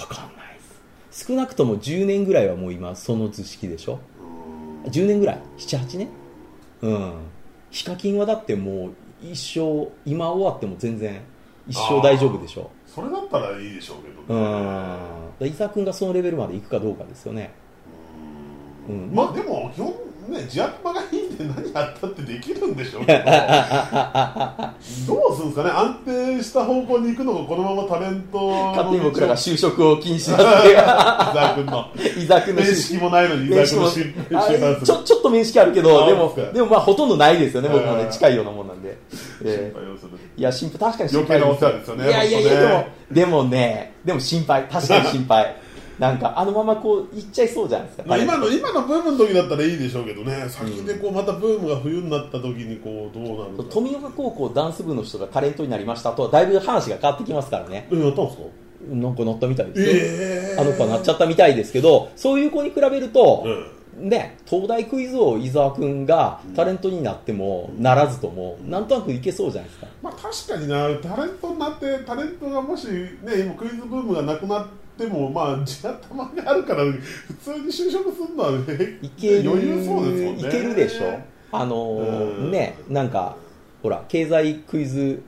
A: す少なくとも10年ぐらいはもう今その図式でしょ
B: うーん
A: 10年ぐらい78年うんヒカキンはだってもう一生今終わっても全然一生大丈夫でしょ
B: それだったらいいでしょうけど
A: う
B: ね
A: んだから伊沢君がそのレベルまで行くかどうかですよね
B: う
A: うん
B: んまあでも基本ね字頭がいいんで何やったってできるんでしょ うけどどうするんですかね安定した方向に行くのがこのままタレント
A: 勝手に
B: の
A: 僕らが就職を禁止 だっ
B: 伊沢君の
A: て 伊沢君の
B: 面識もないのに伊沢君の
A: 面
B: 心
A: 識も
B: 配
A: あちょ ちょっと面識あるけど
B: あ
A: で
B: そうで
A: も
B: すか
A: でもまあほとんどないですよね僕も
B: は
A: ね
B: い
A: 近いようなもんなんで、えー
B: をする
A: いや、心配、確かに心
B: 余計
A: 配
B: なお世話ですよね
A: いやいやいや、
B: 本当
A: でもでも
B: ね、
A: ね、でも心配、確かに心 配。なんか、あのままこう、いっちゃいそうじゃないですか。
B: まあ、
A: タレント
B: 今の今のブームの時だったらいいでしょうけどね先でこうまたブームが冬になった時にこうどうなるのか
A: 富岡高校ダンス部の人がタレントになりましたとは、だいぶ話が変わってきますからね。
B: えやったんですか
A: なんかなったみたいですよ。
B: ええ
A: あの子はなっちゃったみたいですけど、そういう子に比べると、
B: うん
A: ね、東大クイズ王伊沢くんがタレントになっても、ならずとも、なんとなくいけそうじゃないですか。
B: まあ確かになタレントになってタレントがもしね今クイズブームがなくなってもまあ地頭があるから普通に就職するのは、ね、
A: いける
B: 余裕そうですもんね
A: いけるでしょあのー
B: うん
A: ねなんかほら経済クイズ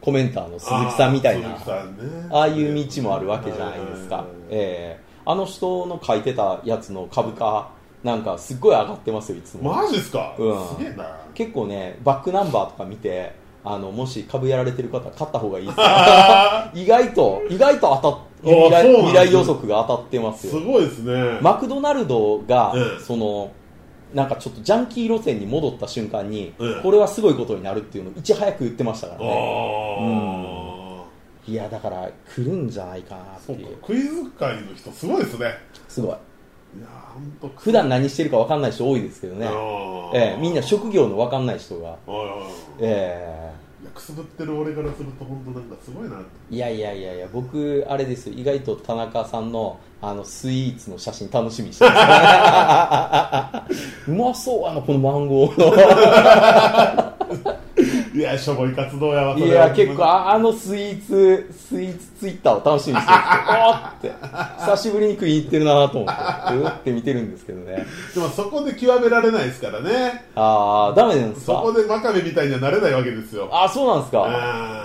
A: コメンターの鈴木さんみたいな
B: あー鈴木さんね
A: ああいう道もあるわけじゃないですか、ええあの人の書いてたやつの株価なんかすっごい上がってますよいつも、
B: マジですか、
A: うん
B: すげえな
A: 結構ねバックナンバーとか見てあのもし株やられてる方は買った方がいいですよ意外と意外と当たっ
B: あー
A: 未来
B: そうなんですね
A: 未来予測が当たってますよ
B: すごいですね、
A: マクドナルドが、
B: うん
A: そのなんかちょっとジャンキー路線に戻った瞬間に、
B: うん
A: これはすごいことになるっていうのをいち早く言ってましたから
B: あ
A: ね
B: ー
A: いやだから来るんじゃないかなって
B: そう
A: い
B: か
A: う
B: クイズ界の人すごいですね
A: すごい
B: いやーほんと
A: 普段何してるか分かんない人多いですけどね、ええみんな職業の分かんない人が、
B: おいおいおい
A: え
B: いやくすぶってる俺からすると本当なんかすごいな
A: えいやいやいやいや僕あれですよ意外と田中さんのあのスイーツの写真楽しみにしてます うまそうあのこのマンゴーの
B: いやしょぼい活動やわ
A: いや、結構、ああのスイーツ、スイーツツイッターを楽しみにしてるんですよ。 おーって、久しぶりに食いに行ってるなと思って、うって見てるんですけどね。
B: でもそこで極められないですからね
A: あー、ダメなんです
B: そ
A: か
B: こで真壁みたいにはなれないわけですよ
A: あー、そうなんですか。うん
B: あ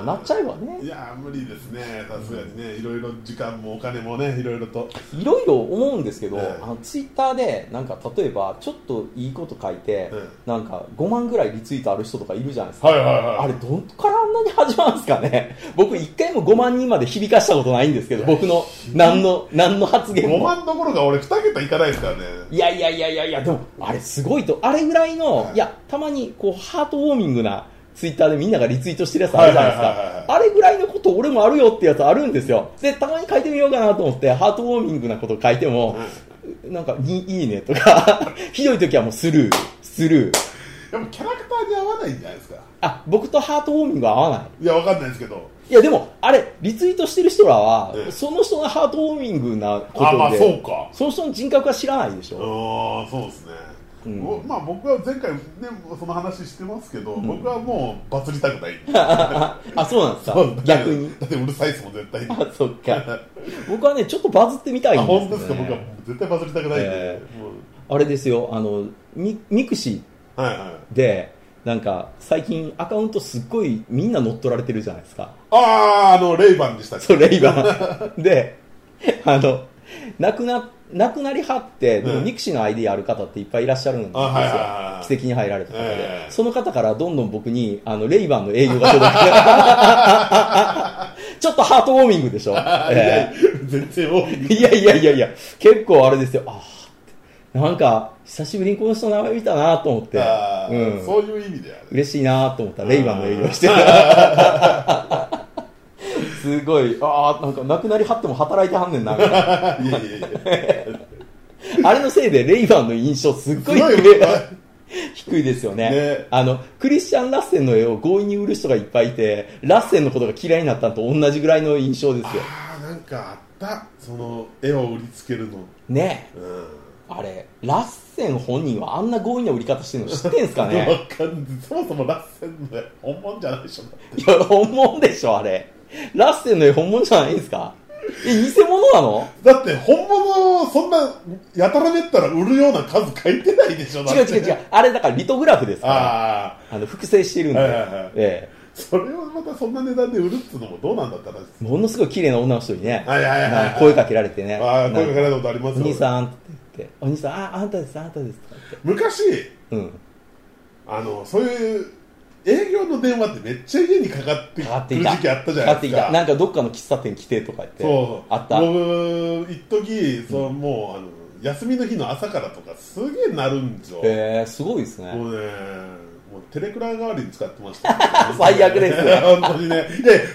B: ー
A: なっちゃえばね
B: い、やー無理ですねさすがにねいろいろ時間もお金もねいろいろと
A: いろいろ思うんですけど、
B: うん
A: あのツイッターで、なんか例えば、ちょっといいこと書いて、
B: うん
A: なんか5万ぐらいリツイートある人とかいるじゃないですか。
B: はいはいはい
A: あれ、どっからあんなに始まるんですかね。僕、一回も5万人まで響かしたことないんですけど、僕の、何の、何の発言も。
B: 5万どころか俺2桁いかないですからね
A: いやいやいやいやいや、でも、あれすごいと、あれぐらいの、、
B: はいい
A: や、たまに、こう、ハートウォーミングな、ツイッターでみんながリツイートしてるやつあるじゃないです
B: はいはいはいはい
A: か。あれぐらいのこと俺もあるよってやつあるんですよ。で、たまに書いてみようかなと思って、ハートウォーミングなこと書いても、なんか、にいいねとか、 ひどい時はもうスルー、スルー。
B: やっぱキャラクターに合わないんじゃないですか
A: あ、僕とハートウォーミングは合わない。
B: いやわかんないですけど
A: いや、でも、あれ、リツイートしてる人らは、
B: うん
A: その人のハートウォーミングなことで、
B: あまあそうか
A: その人の人格は知らないでしょ。
B: ああそうですね、
A: うん
B: おまあ僕は前回ねその話してますけど、僕はもうバズりたくない
A: あ、そうなんですか
B: そう
A: 逆に。
B: だってうるさいですもん絶対に
A: あそっか 僕はねちょっとバズってみたい
B: あ
A: んです,、ね
B: 本、当ですか僕は絶対バズりたくないんで、もう
A: あれですよあのミミクシ
B: はいはい
A: ーでなんか最近アカウントすっごいみんな乗っ取られてるじゃないですか
B: あああのレイバンでしたっけ
A: それ 今であの亡くな亡くなりはって、でも
B: うん
A: ミクシーの ID ある方っていっぱいいらっしゃるんですよ、
B: あはいはいはいはい
A: 奇跡に入られた方で、
B: ええ
A: その方からどんどん僕にあのレイバンの営業が届く ちょっとハートウォーミングでしょ、
B: いや
A: ええ
B: いや全然多 い
A: いやいやいやいや、結構あれですよ、あーなんか、久しぶりにこの人の名前見たなと思って、
B: あ
A: う
B: ー
A: ん、
B: そういう意味ではね
A: 嬉しいなと思ったら、レイバンの営業して、 すごい、ああ、なんか、なくなりはっても働いてはんねんな、みたいない
B: やいやいや
A: あれのせいで、レイバンの印象、すっごい
B: すごい
A: 低い 低いですよね
B: ね
A: あのクリスチャン・ラッセンの絵を強引に売る人がいっぱいいてラッセンのことが嫌いになったのと同じぐらいの印象ですよ
B: ああなんかあったその絵を売りつけるの
A: ねえ
B: うん
A: あれラッセン本人はあんな強引な売り方してるの知ってんすかね
B: わかんないそもそもラッセンの絵本物じゃないでしょだって
A: いや、本物でしょ、あれ。ラッセンの絵本物じゃないんですかえ、偽物な の
B: だって本物をそんなやたらめったら売るような数書いてないでしょだって
A: 違う違う違う。あれだからリトグラフですから。
B: ああ
A: あの、複製してるんで。
B: はいはいはい
A: え
B: それをまたそんな値段で売るっつうのもどうなんだったら
A: えものすごい綺麗な女の人にね、
B: はいはいはいはい
A: なんか声かけられてね。
B: ああ声かけられ
A: なん
B: たことあります
A: か
B: よ
A: 兄さんってってお兄さんああんたですあんたですとか言って
B: 昔
A: うん
B: あのそういう営業の電話ってめっちゃ家にかかって
A: かかっ
B: く
A: てい
B: る
A: た
B: 時期あったじゃ
A: か
B: な
A: かっ
B: い
A: てい
B: です
A: た
B: か
A: なんかどっかの喫茶店来てとか言って
B: そう
A: あった
B: 僕一時そうもうあの休みの日の朝からとかすげえなるんですよ
A: へえすごいですね
B: もうねもうテレクラ代わりに使ってました
A: 最悪ですね
B: 本当にねいや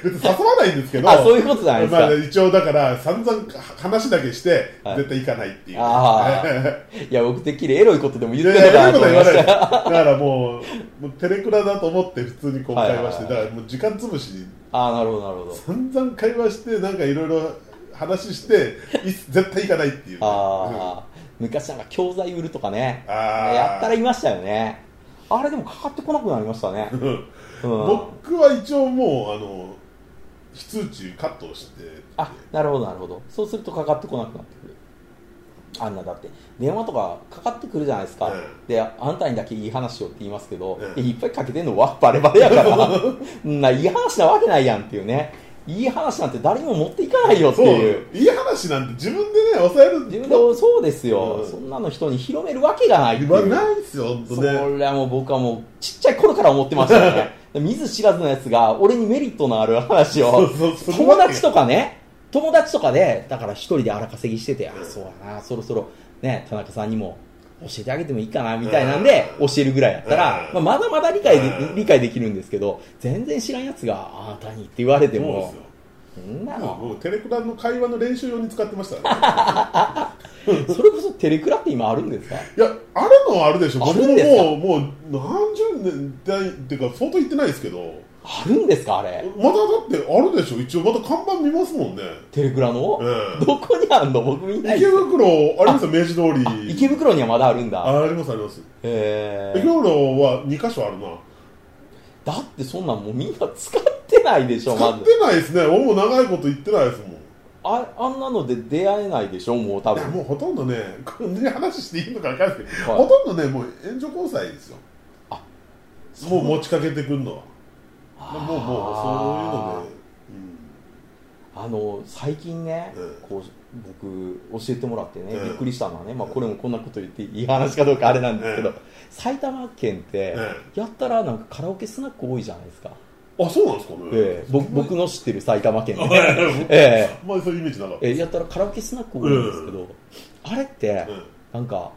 B: 別に誘わないんですけど
A: あそういうことじゃないです
B: ま
A: か
B: あ、一応だから散々話だけして、
A: はい
B: 絶対行かないっていう
A: あ いや僕てっきりエロいことでも言
B: い
A: って
B: や
A: ん
B: い
A: の
B: や、
A: かなと思
B: いことはい言
A: ま
B: わ
A: し
B: ない
A: た
B: です。だからもう、もうテレクラだと思って普通にこう会話
A: はい
B: して、
A: はいはい
B: だからもう時間潰しに
A: ああなるほどなるほど
B: 散々会話して、なんかいろいろ話して、い絶対行かないっていう。
A: ああ昔なんか教材売るとかね
B: うんあー
A: やったらいましたよねあれでもかかってこなくなりましたね
B: うん
A: うん
B: 僕は一応もう、あの、非通知カットして、
A: あなるほどなるほどそうするとかかってこなくなってくるあんなだって電話とかかかってくるじゃないですか、
B: え
A: であんたにだけいい話をって言いますけど、
B: ええ
A: いっぱいかけてんのわバレバレやから んないい話なわけないやんっていうねいい話なんて誰にも持っていかないよって
B: そう、
A: いう
B: いい話なんて自分でね、抑える
A: 自分でそうですよ、
B: うん
A: そんなの人に広めるわけがないってい
B: 言わ
A: う
B: ないですよ、本当
A: そ
B: ね。
A: れはもう僕はもうちっちゃい頃から思ってましたよ ね見ず知らずのやつが俺にメリットのある話を
B: そうそう
A: 友達とかね友達とかでだから一人で荒稼ぎしててあそうだなそろそろね田中さんにも教えてあげてもいいかなみたいなんで
B: う
A: 教えるぐらいやったら、まあ、
B: うん
A: まだまだ理解で
B: うん
A: 理解できるんですけど全然知らんやつがあなたにって言われて
B: そうで
A: も
B: すよ。
A: そんなの
B: 僕テレクラの会話の練習用に使ってましたね
A: それこそテレクラって今あるんですか
B: いやあるのはあるでしょ
A: あ
B: 僕
A: る
B: も
A: んですか
B: もうもう何十年代っていうか相当行ってないですけど
A: あるんですかあれ
B: まだだってあるでしょ一応また看板見ますもんね
A: テレクラの、
B: ええ
A: どこにあんの僕見ない
B: 池袋ありますよ明治通
A: あ
B: り
A: 池袋にはまだあるんだ
B: あありますあります
A: へ
B: 池
A: え
B: 袋は2箇所あるな
A: だってそんなんもうみんな使ってないでしょ
B: 使
A: ま
B: っ
A: ず
B: てないですね俺も長いこと行ってないですもん
A: ああんなので出会えないでしょもう多
B: いや
A: 分
B: もうほとんどねこんな話していいのか分かんないですけど、
A: はい
B: ほとんどねもう援助交際ですよ
A: あ
B: もう持ちかけてくるのは
A: あー
B: もうもう
A: あの最近ね、
B: ええ
A: こう僕教えてもらってね、
B: え
A: び
B: え
A: っくりしたのはね、まあ、これもこんなこと言っていい話かどうかあれなんですけど、
B: え
A: 埼玉県って、
B: え
A: やったらなんかカラオケスナック多いじゃないですか、
B: そういうので、うん、あそうなんですかね
A: ええ僕 僕の知ってる埼玉県で、
B: え
A: え
B: あんまりそういうイメージなかった
A: ええやったらカラオケスナック多いんですけど、あれって、
B: うん
A: なんか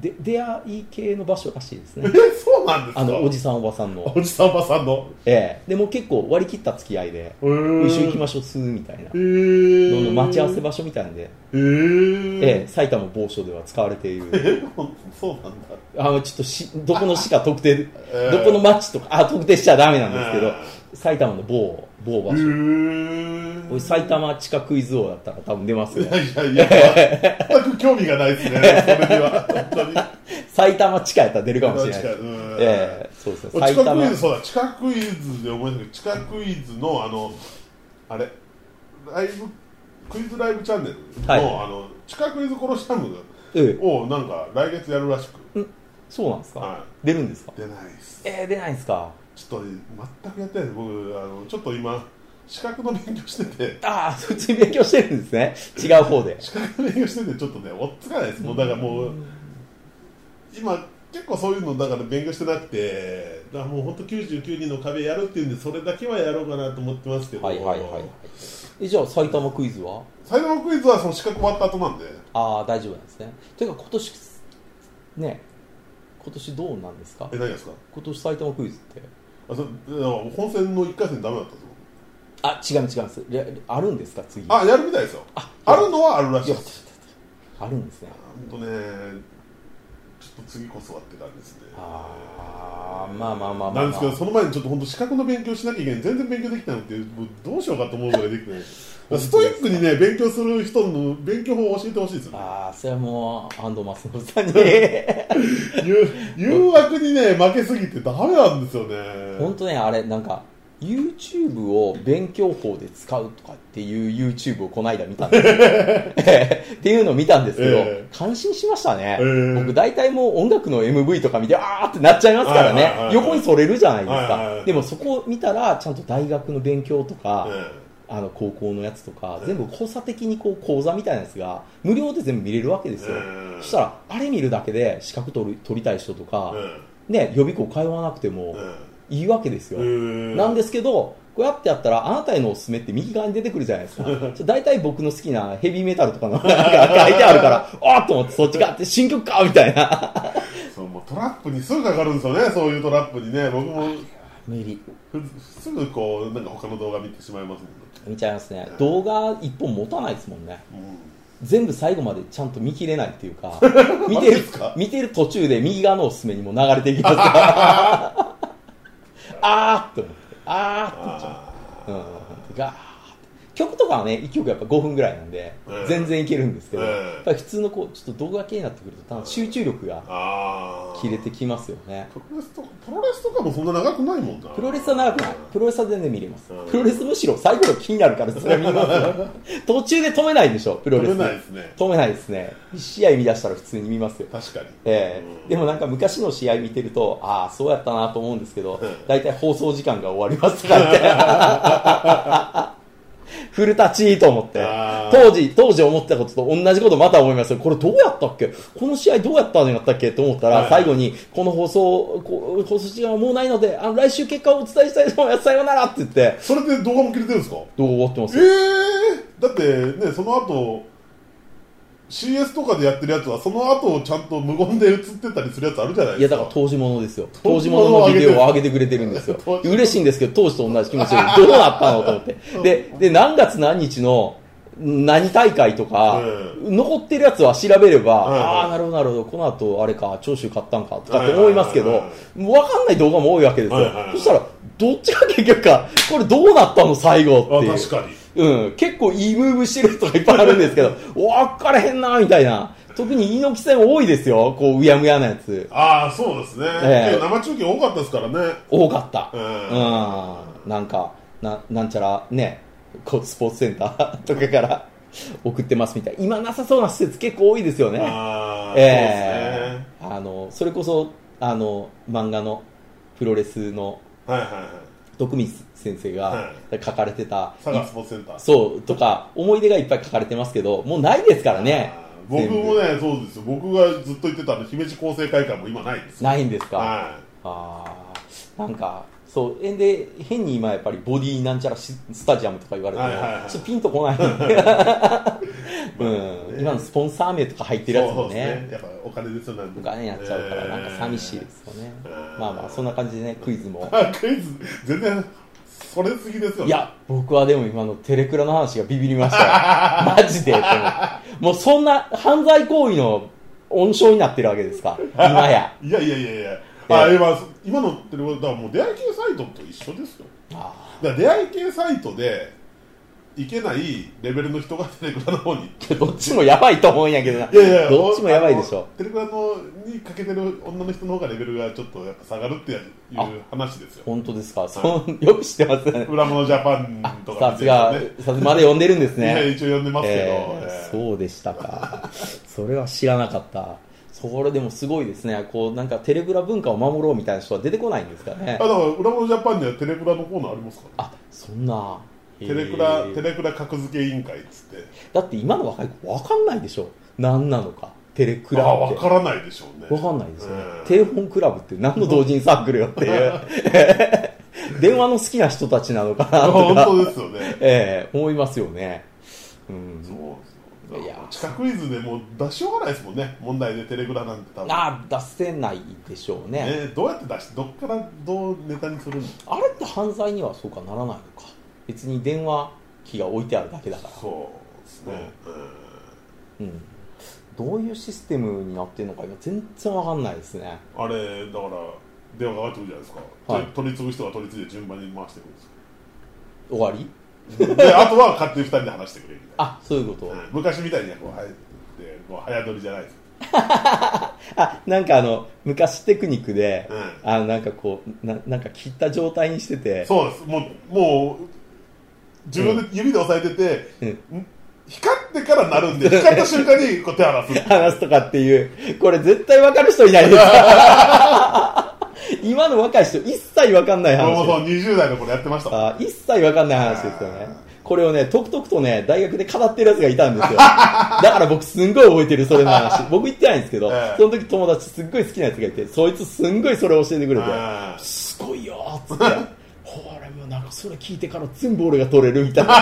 A: で出会い系の場所らしいです
B: え
A: ね
B: そうなんですか
A: あのおじさんおばさんの
B: おじさんおばさんの
A: ええでも結構割り切った付き合いで
B: 一緒
A: 一緒行きま
B: し
A: しょうすーみたいな
B: えー、
A: どんどん待ち合わせ場所みたいなんで、
B: え
A: ええ
B: ー、
A: 埼玉某所では使われてい
B: え
A: る
B: そうなんだ、
A: あのちょっとしどこの市か特定
B: え
A: どこの町とかあ特定しちゃダメな
B: なん
A: ですけど埼玉の某某場
B: え
A: 所
B: ー、
A: これ埼玉地下クイズ王だったら多分出ます
B: い
A: ね
B: やいやいや全く興味がないですねそれには本当に
A: 埼玉地下やったら出るかもしれない
B: 近
A: で
B: い
A: す、
B: うん
A: ええそうですね
B: 地
A: 埼
B: 下ク
A: 玉
B: イズそうだ地下クイズで思い出したけど地下クイズのあのあれライブクイズライブチャンネルの,、
A: はい
B: あの地下クイズコロシアム
A: ええ
B: をなんか来月やるらしく、
A: そうなんですか、
B: は
A: 出るんですか
B: い、出ないです
A: えー、出ないんですか
B: ちょっと全くやってないです僕あのちょっと今資格の勉強してて
A: ああ普通に勉強してるんですね違う方で
B: 資格の勉強しててちょっとね追っつかないですもうだからもう、今結構そういうのだから勉強してなくてだからもう本当99人の壁やるっていうんでそれだけはやろうかなと思ってますけど
A: はいはいはいえじゃあ埼玉クイズは
B: 最後のクイズはその資格終わった後なんで
A: ああ大丈夫なんですねていうか今年ね今年どうなんですか
B: え何ですか
A: 今年埼玉クイズって
B: あそで本戦の1回戦ダメだったぞ
A: あ違う違うんですれあるんですか次
B: あやるみたいですよ
A: あ
B: あるのはあるらしい
A: よか
B: で
A: った
B: す
A: あるんですね
B: 本当ねちょっと次こそはって感じですね
A: ああまあまあまあまあ、
B: なんで
A: ますあ
B: けど、その前にちょっと本当、資格の勉強しなきゃいけない、全然勉強できたのって、もうどうしようかと思うぐらいできてない、だからストイックにね、勉強する人の勉強法を教えてほしいですよね、
A: ああそれはもう安藤松本さんに
B: 誘誘惑にね、負けすぎて、ダメなんですよね、
A: 本当ねあれなんか YouTube を勉強法で使うとかっていう YouTube をこの間見たんです よっていうのを見たんですけど、
B: え
A: 感心しましたね、
B: ええ
A: 僕大体もう音楽の MV とか見てあーってなっちゃいますからね、
B: はいはいはいはい
A: 横にそれるじゃないですか、
B: はいはいはい
A: でもそこを見たらちゃんと大学の勉強とか、
B: ええ
A: あの高校のやつとか、全部交差的にこう講座みたいなやつが無料で全部見れるわけですよ、
B: うん
A: そしたらあれ見るだけで資格取る取りたい人とか、
B: う
A: ね、予備校通わなくてもいいわけですよ、
B: ん
A: なんですすけどこうやってやったらあなたへのおすすめって右側に出てくるじゃない ですかちょ大体僕の好きなヘビーメタルとかの なんか書いてある からあっと思ってそっちかって新曲かみたいな
B: そうもうトラップにすぐかかるんですよねそういうトラップにね僕も
A: 無理
B: ふすぐこうなんか他の動画見てしまいますもん
A: 見ちゃいますね動画一本持たないですもんね全部最後までちゃんと見切れないっていうか見て
B: マジ
A: る
B: っすか
A: 見てる途中で右側のおすすめにも流れていき ますからあーっと思ってあ
B: あ
A: ーっと、うん、ガーッて曲とかはね1曲やっぱ5分ぐらいなんで、
B: うん
A: 全然いけるんですけど、
B: うん
A: やっぱり普通のこうちょっと動画系になってくると多分集中力が
B: あ
A: 切れてきますよね
B: プロレスとプロレスとかもそんな長くないもんな
A: プロレスは長くないプロレスは全然見れます
B: うん
A: プロレスむしろ最後の気になるからそれは見 ますよ途中で止めないでしょプロレス
B: 取れないですね
A: 止めないですね1試合見出したら普通に見ますよ
B: 確かに
A: ええ
B: うん
A: でもなんか昔の試合見てるとああそうやったなと思うんですけど
B: うん
A: 大体放送時間が終わりますとかって フルタッチと思って
B: あー
A: 当時当時思ってたことと同じことまた思いますよこれどうやったっけこの試合どうやったのやったっけと思ったら、
B: はい
A: 最後にこの放送こ放送時間はもうないのであの来週結果をお伝えしたいと思いますさようならって言って
B: それで動画も切れてるんですか
A: 動画終わってます
B: え
A: よ
B: えだってねその後 CS とかでやってるやつはその後ちゃんと無言で映ってたりするやつあるじゃない
A: いや
B: で
A: だ
B: すか
A: から当時物ですよ当
B: 当
A: 時
B: 時
A: 物
B: 物
A: の
B: を
A: ビ
B: 上げて
A: デオを上げてくれてるんですよ
B: 当時物
A: 嬉しいんですけど当時と同じ気持ちでどうなったのと思ってでで何月何日の何大会とか、
B: う
A: 残ってるやつは調べれば、
B: うん
A: ああなるほどなるほどこの後あれか長州買ったんかとかって思いますけど、
B: はいはいは
A: 分かんない動画も多いわけですよ、
B: はいはいはい
A: そしたらどっちが結局かこれどうなったの最後っていう
B: あ確かに
A: うん、結構いいムーブしてる人がいっぱいあるんですけど分からへんなみたいな特に猪木戦多いですよこううやむやなやつ
B: ああそうですね、
A: ええ
B: 生中継多かったですからね
A: 多かった、
B: う
A: うんなんかななんちゃらねこうスポーツセンター とかから送ってますみたいな今なさそうな施設結構多いですよね
B: ああ、
A: ええあのそれこそあの漫画のプロレスの
B: そうですねはいはいはい
A: 徳光先生が
B: は
A: 書かれてた、
B: 佐賀スポーツセンター
A: そうとか思い出がいっぱい書かれてますけどもうないですからね
B: あー僕もねそうですよ僕がずっと言ってたあの姫路厚生会館も今ないですよ
A: ないんですか、
B: は
A: あーなんかそうえんで変に今やっぱりボディなんちゃらしスタジアムとか言われても、
B: はいはいはい
A: ちょっとピンとこ ない、うん、今のスポンサー名とか入っ
B: い
A: てるやつ
B: そ
A: も
B: う
A: ね
B: ですねやっぱお金ですよね
A: お金やっちゃうからなんか寂しいですよね、
B: えー
A: まあまあそんな感じでねクイズも
B: あクイズ全然それすぎですよね
A: いや僕はでも今のテレクラの話がビビりました よマジでと思ってもうそんな犯罪行為の温床になってるわけですか今 や
B: いやいやいやいやあ
A: ええ
B: 今今のってことだからもう出会い系サイトと一緒ですよ
A: あ
B: だから出会い系サイトでいけないレベルの人がテレクラの方に
A: ーどっちもやばいと思うんやけどない
B: やいや
A: どっちもやばいでしょ
B: あのテレクラのにかけてる女の人の方がレベルがちょっとやっぱ下がるっていう話ですよ
A: 本当ですか、そうよく知ってますね
B: 裏物ジャパンとか
A: さす
B: 見てるよ
A: が
B: ね、
A: さすがまだ読んでるんです
B: いや
A: ね。
B: 一応呼んでますけど、
A: えー
B: えー
A: そうでしたか。それは知らなかった。それでもすごいですね。こう、なんかテレグラ文化を守ろうみたいな人は出てこないんですかね
B: あだ。から裏物ジャパンにはテレクラのコーナーありますから、
A: あ、そんな。へー
B: テレクラテレクラ格付け委員会っつって
A: だって今の若い子わかんないでしょ。何なのか。テレク
B: あ
A: ラって。
B: 分からないでしょうね
A: わかんないですよね
B: うん。
A: テレフォンクラブって何の同人サークルよっていう。 電話の好きな人たちなのかなとか、
B: 本当ですよ ね
A: えー思いますよね。うん
B: そうそう
A: いや
B: 地下クイズでもう出しようがないですもんね問題でテレグラなんて多分
A: あー出せないでしょうね
B: ね、どうやって出してどっからどうネタにするん
A: あれって犯罪にはそうかならないのか別に電話機が置いてあるだけだから
B: そうですね、うん
A: うんどういうシステムになってるのか今全然わかんないですね
B: あれだから電話がかかってくるじゃないですか、
A: はい
B: と取り次ぐ人が取り次いで順番に回してくるんです
A: 終わり
B: よであとは勝手に2人で話してくれるみたいな
A: あそういうこと、
B: うん昔みたいにこうはいでこう早撮りじゃないです
A: あなんかあの昔テクニックで、
B: う
A: あのなんかこうななんか切った状態にしてて
B: そうですもうもう自分で指で押さえてて、ん光ってから鳴るんで光った瞬間にこう手離 すっていう
A: 話すとかっていうこれ絶対わかる人いない です今の若い人一切わかんない話
B: 俺もそう20代の頃やってましたもん
A: あー一切わかんない話ですよね。これをね、とくとくとね、大学で語ってるやつがいたん ですよ。だから僕すんごい覚えてる、それの話。僕言ってないんですけど
B: ええ、
A: その時友達すっごい好きなやつがいて、そいつすんごいそれを教えてくれて、
B: あー
A: すごいよーっつって、 これもなんかそれ聞いてから全部俺が取れるみたい な。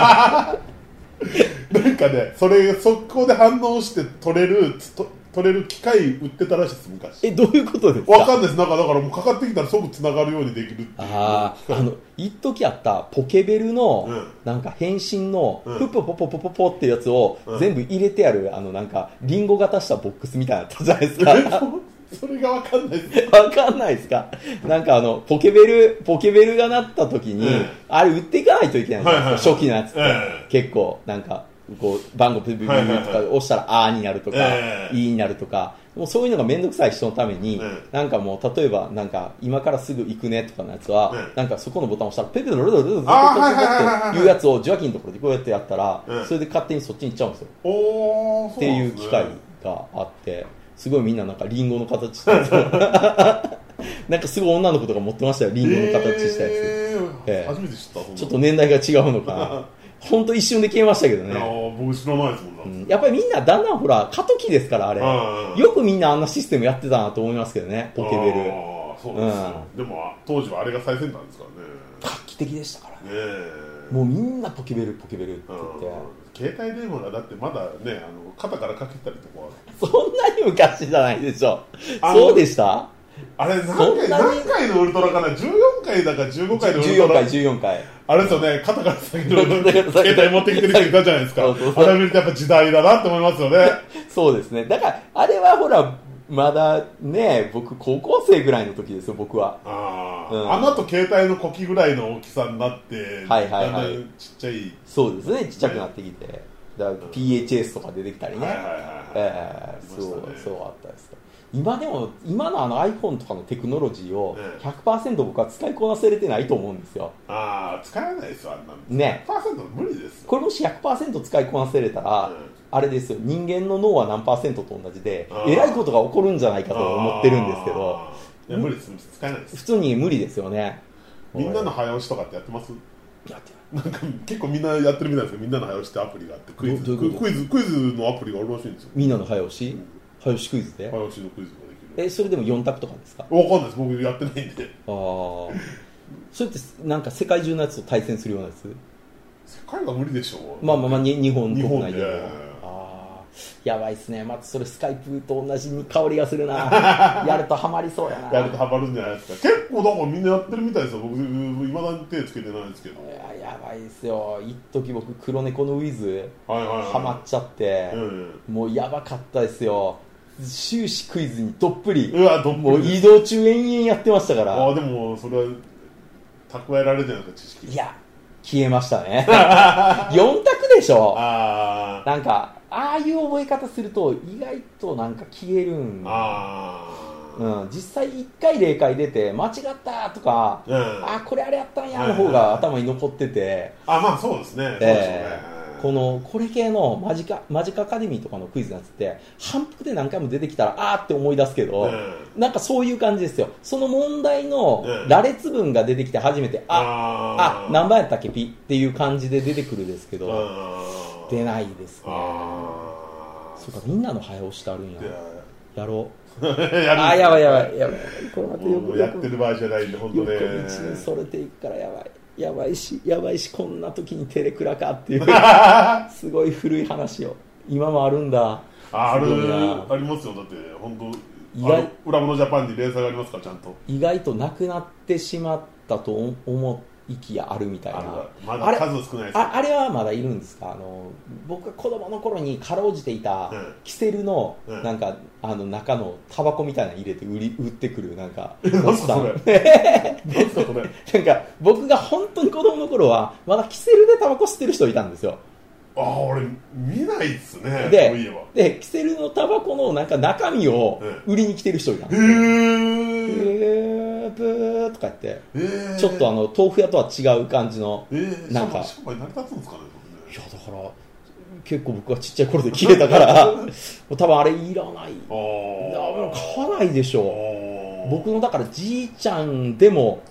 B: なんかねそれ速攻で反応して取れるつと取れる機械売ってたらしいです昔
A: え、どういうことですか
B: わかんないですなんかだからもうかかってきたら即つながるようにできるっていう
A: ああ、あの、一時あったポケベルの
B: うん、
A: なんか変身の、
B: うん
A: プポポポポポポっていうやつを
B: うん
A: 全部入れてある、あの、なんか、リンゴ型したボックスみたいなのあったじゃないですか。
B: それがわかんな いです
A: わかんないですかなんかあの、ポケベル、ポケベルが鳴った時に、
B: うん
A: あれ売っていかないといけないじゃないですか、初
B: はい
A: 期のやつって、
B: ええ
A: 結構、なんか、こう、番号ブブブブブとか押したら、あーになるとか、
B: ええ
A: いいになるとか、もうそういうのがめんどくさい人のために、
B: ええ
A: なんかもう、例えば、なんか、今からすぐ行くねとかのやつは、
B: ええ
A: なんかそこのボタン押したら、ペペロロロロロロロロ
B: あーはいはいはいはいはい
A: っていうやつを、受話器のところでこうやってやったら、
B: ええ
A: それで勝手にそっちに行っちゃうんですよ。
B: おお
A: っていう機会があってすごいみんななんかリンゴの形 したやつなんかすごい女の子とか持ってましたよリンゴの形したやつ、
B: えー
A: ええ
B: 初めて知ったそんなの
A: ちょっと年代が違うのかなほんと一瞬で消えましたけど
B: いや
A: ね、
B: ー僕知らないですもんだっ
A: う
B: て
A: んやっぱりみんなだんだんほら過渡期ですからあれ
B: うんうん
A: よくみんなあんなシステムやってたなと思いますけどねポケベル
B: ああそうですよ、でも当時はあれが最先端ですからね
A: 画期的でしたからね
B: ねえ
A: もうみんなポケベルポケベルって言って、
B: 携帯電話がだってまだねあの肩からかけたりとか
A: そんなに昔じゃないでしょ
B: あの
A: そうでした
B: あれ何
A: そんな
B: 回
A: に
B: 何回のウルトラかな14回だか15回のウルト
A: 14
B: ラ
A: 回14回
B: あれですよね肩から下げる
A: 肩から下げる
B: 携帯持ってきてる人いたじゃないですか
A: そうそうそう
B: あれ見るとやっぱ時代だなって思いますよね
A: そうですね。だから、あれはほら、まだね、僕、高校生ぐらいの時ですよ、僕は。
B: ああ、
A: うん
B: あのと携帯の呼気ぐらいの大きさになって、
A: はいはいはい
B: だんだんちっちゃい
A: そうですね、ちっちゃくなってきて。だから PHS とか出てきたりね。
B: はいはいはい
A: ええ
B: ありま
A: そ
B: した
A: う
B: ね、
A: そうあったです。今でも、今のあの iPhone とかのテクノロジーを
B: ええ
A: 100%僕は使いこなせれてないと思うんですよ。
B: ああ使えないですよあんなの
A: ね
B: 100%無理ですよ
A: これもし100%使いこなせれたら、
B: うん
A: あれですよ、人間の脳は何パーセントと同じで
B: あ、ー
A: えらいことが起こるんじゃないかと思ってるんですけど、
B: あーいや無理です使えないです
A: 普通に無理ですよね。
B: みんなの早押しとかってやってます
A: やってない
B: なんか結構みんなやってるみたいですけどみんなの早押しってアプリがあってクイズ
A: どどういうこと
B: クイズクイズのアプリがあるらしいんですよ
A: みんなの早押し、早押しクイズで、
B: 早押しのクイズができる
A: えそれでも4択とかですかあ
B: わかんないです僕やってないんで
A: あそれってなんか世界中のやつと対戦するようなやつ
B: 世界が無理でしょう
A: まあまあまあに日本
B: 日
A: 国
B: 本
A: 内でも
B: で
A: ああやばいっすねまたそれスカイプと同じに香りがするな やるとハマりそうやな
B: やるとハマるんじゃないですか結構だからみんなやってるみたいですよ僕いまだに手つけてないですけど
A: い
B: はい
A: ややばいっすよ一時僕黒猫のウィズ
B: はいはい
A: ハマっちゃって、
B: うん
A: もうやばかったですよ終始クイズにどっぷり、
B: うわどん
A: もう移動中延々やってましたから
B: ああでもそれは蓄えられてないですか知識
A: いや、消えましたね。4択でしょ
B: ああ
A: なんか、ああいう覚え方すると、意外となんか消えるん。
B: ああ
A: うん、実際1回例解出て、間違ったとか、
B: うん
A: ああ、
B: あ
A: これあれやったんや
B: うん
A: の方が頭に残ってて、
B: まあそうですねそうですよね
A: えーこの、これ系のマジカ、マジカアカデミーとかのクイズなんつって、反復で何回も出てきたら、ああって思い出すけど、
B: うん
A: なんかそういう感じですよ。その問題の
B: うん
A: 羅列文が出てきて初めて、あ、
B: あ
A: あ、何番やったっけピっていう感じで出てくるですけ
B: う
A: ど、
B: ん
A: 出ないですね。
B: あ
A: そうか、みんなの早押しってあるんや
B: ー。
A: やろ
B: で
A: う。
B: やる
A: あー、やばいやばい。やばい。これまたよ
B: もう
A: く
B: や
A: よ
B: っ
A: く
B: てる場合じゃないんで本当
A: 横
B: ね
A: 道にそれていくからやばい。やばいし、やばいし、こんな時にテレクラかって いう、
B: あ
A: すごい古い話を。今もあるんだ。
B: あ
A: すごい
B: る
A: な
B: ありますよだって本
A: 意
B: 当
A: 外
B: あの裏物ジャパンに連載がありますからちゃんと
A: 意外となくなってしまったと思思いきやあるみたいな。
B: ま
A: あ
B: だ
A: れ
B: 数少ない ですけど
A: ああれはまだいるんですかあの僕が子供の頃にかろうじていた
B: うん
A: キセルの
B: うん
A: なんか、あの中のタバコみたいなの入れて売り売ってくるなんか
B: な
A: お
B: ん
A: っ
B: す
A: さ
B: か
A: ん
B: それ なんすかそれ
A: なんか僕が本当に子供の頃はまだキセルでタバコ吸ってる人いたんですよ
B: ああ俺見ないっすねそういえ
A: で
B: ば
A: でキセルのタバコのなんか中身を売りに来てる人いたんで
B: へ
A: すよ
B: ー
A: えー、ブーとか言って
B: えー
A: ちょっとあの豆腐屋とは違う感じの
B: えー
A: なんか
B: 商売成り立つんですかねそれ
A: いや
B: ね
A: だから結構僕はちっちゃい頃で消えたから もう多分あれいらない
B: あ
A: い
B: ー
A: や買わないでしょ
B: あー
A: 僕のだからじいちゃんでも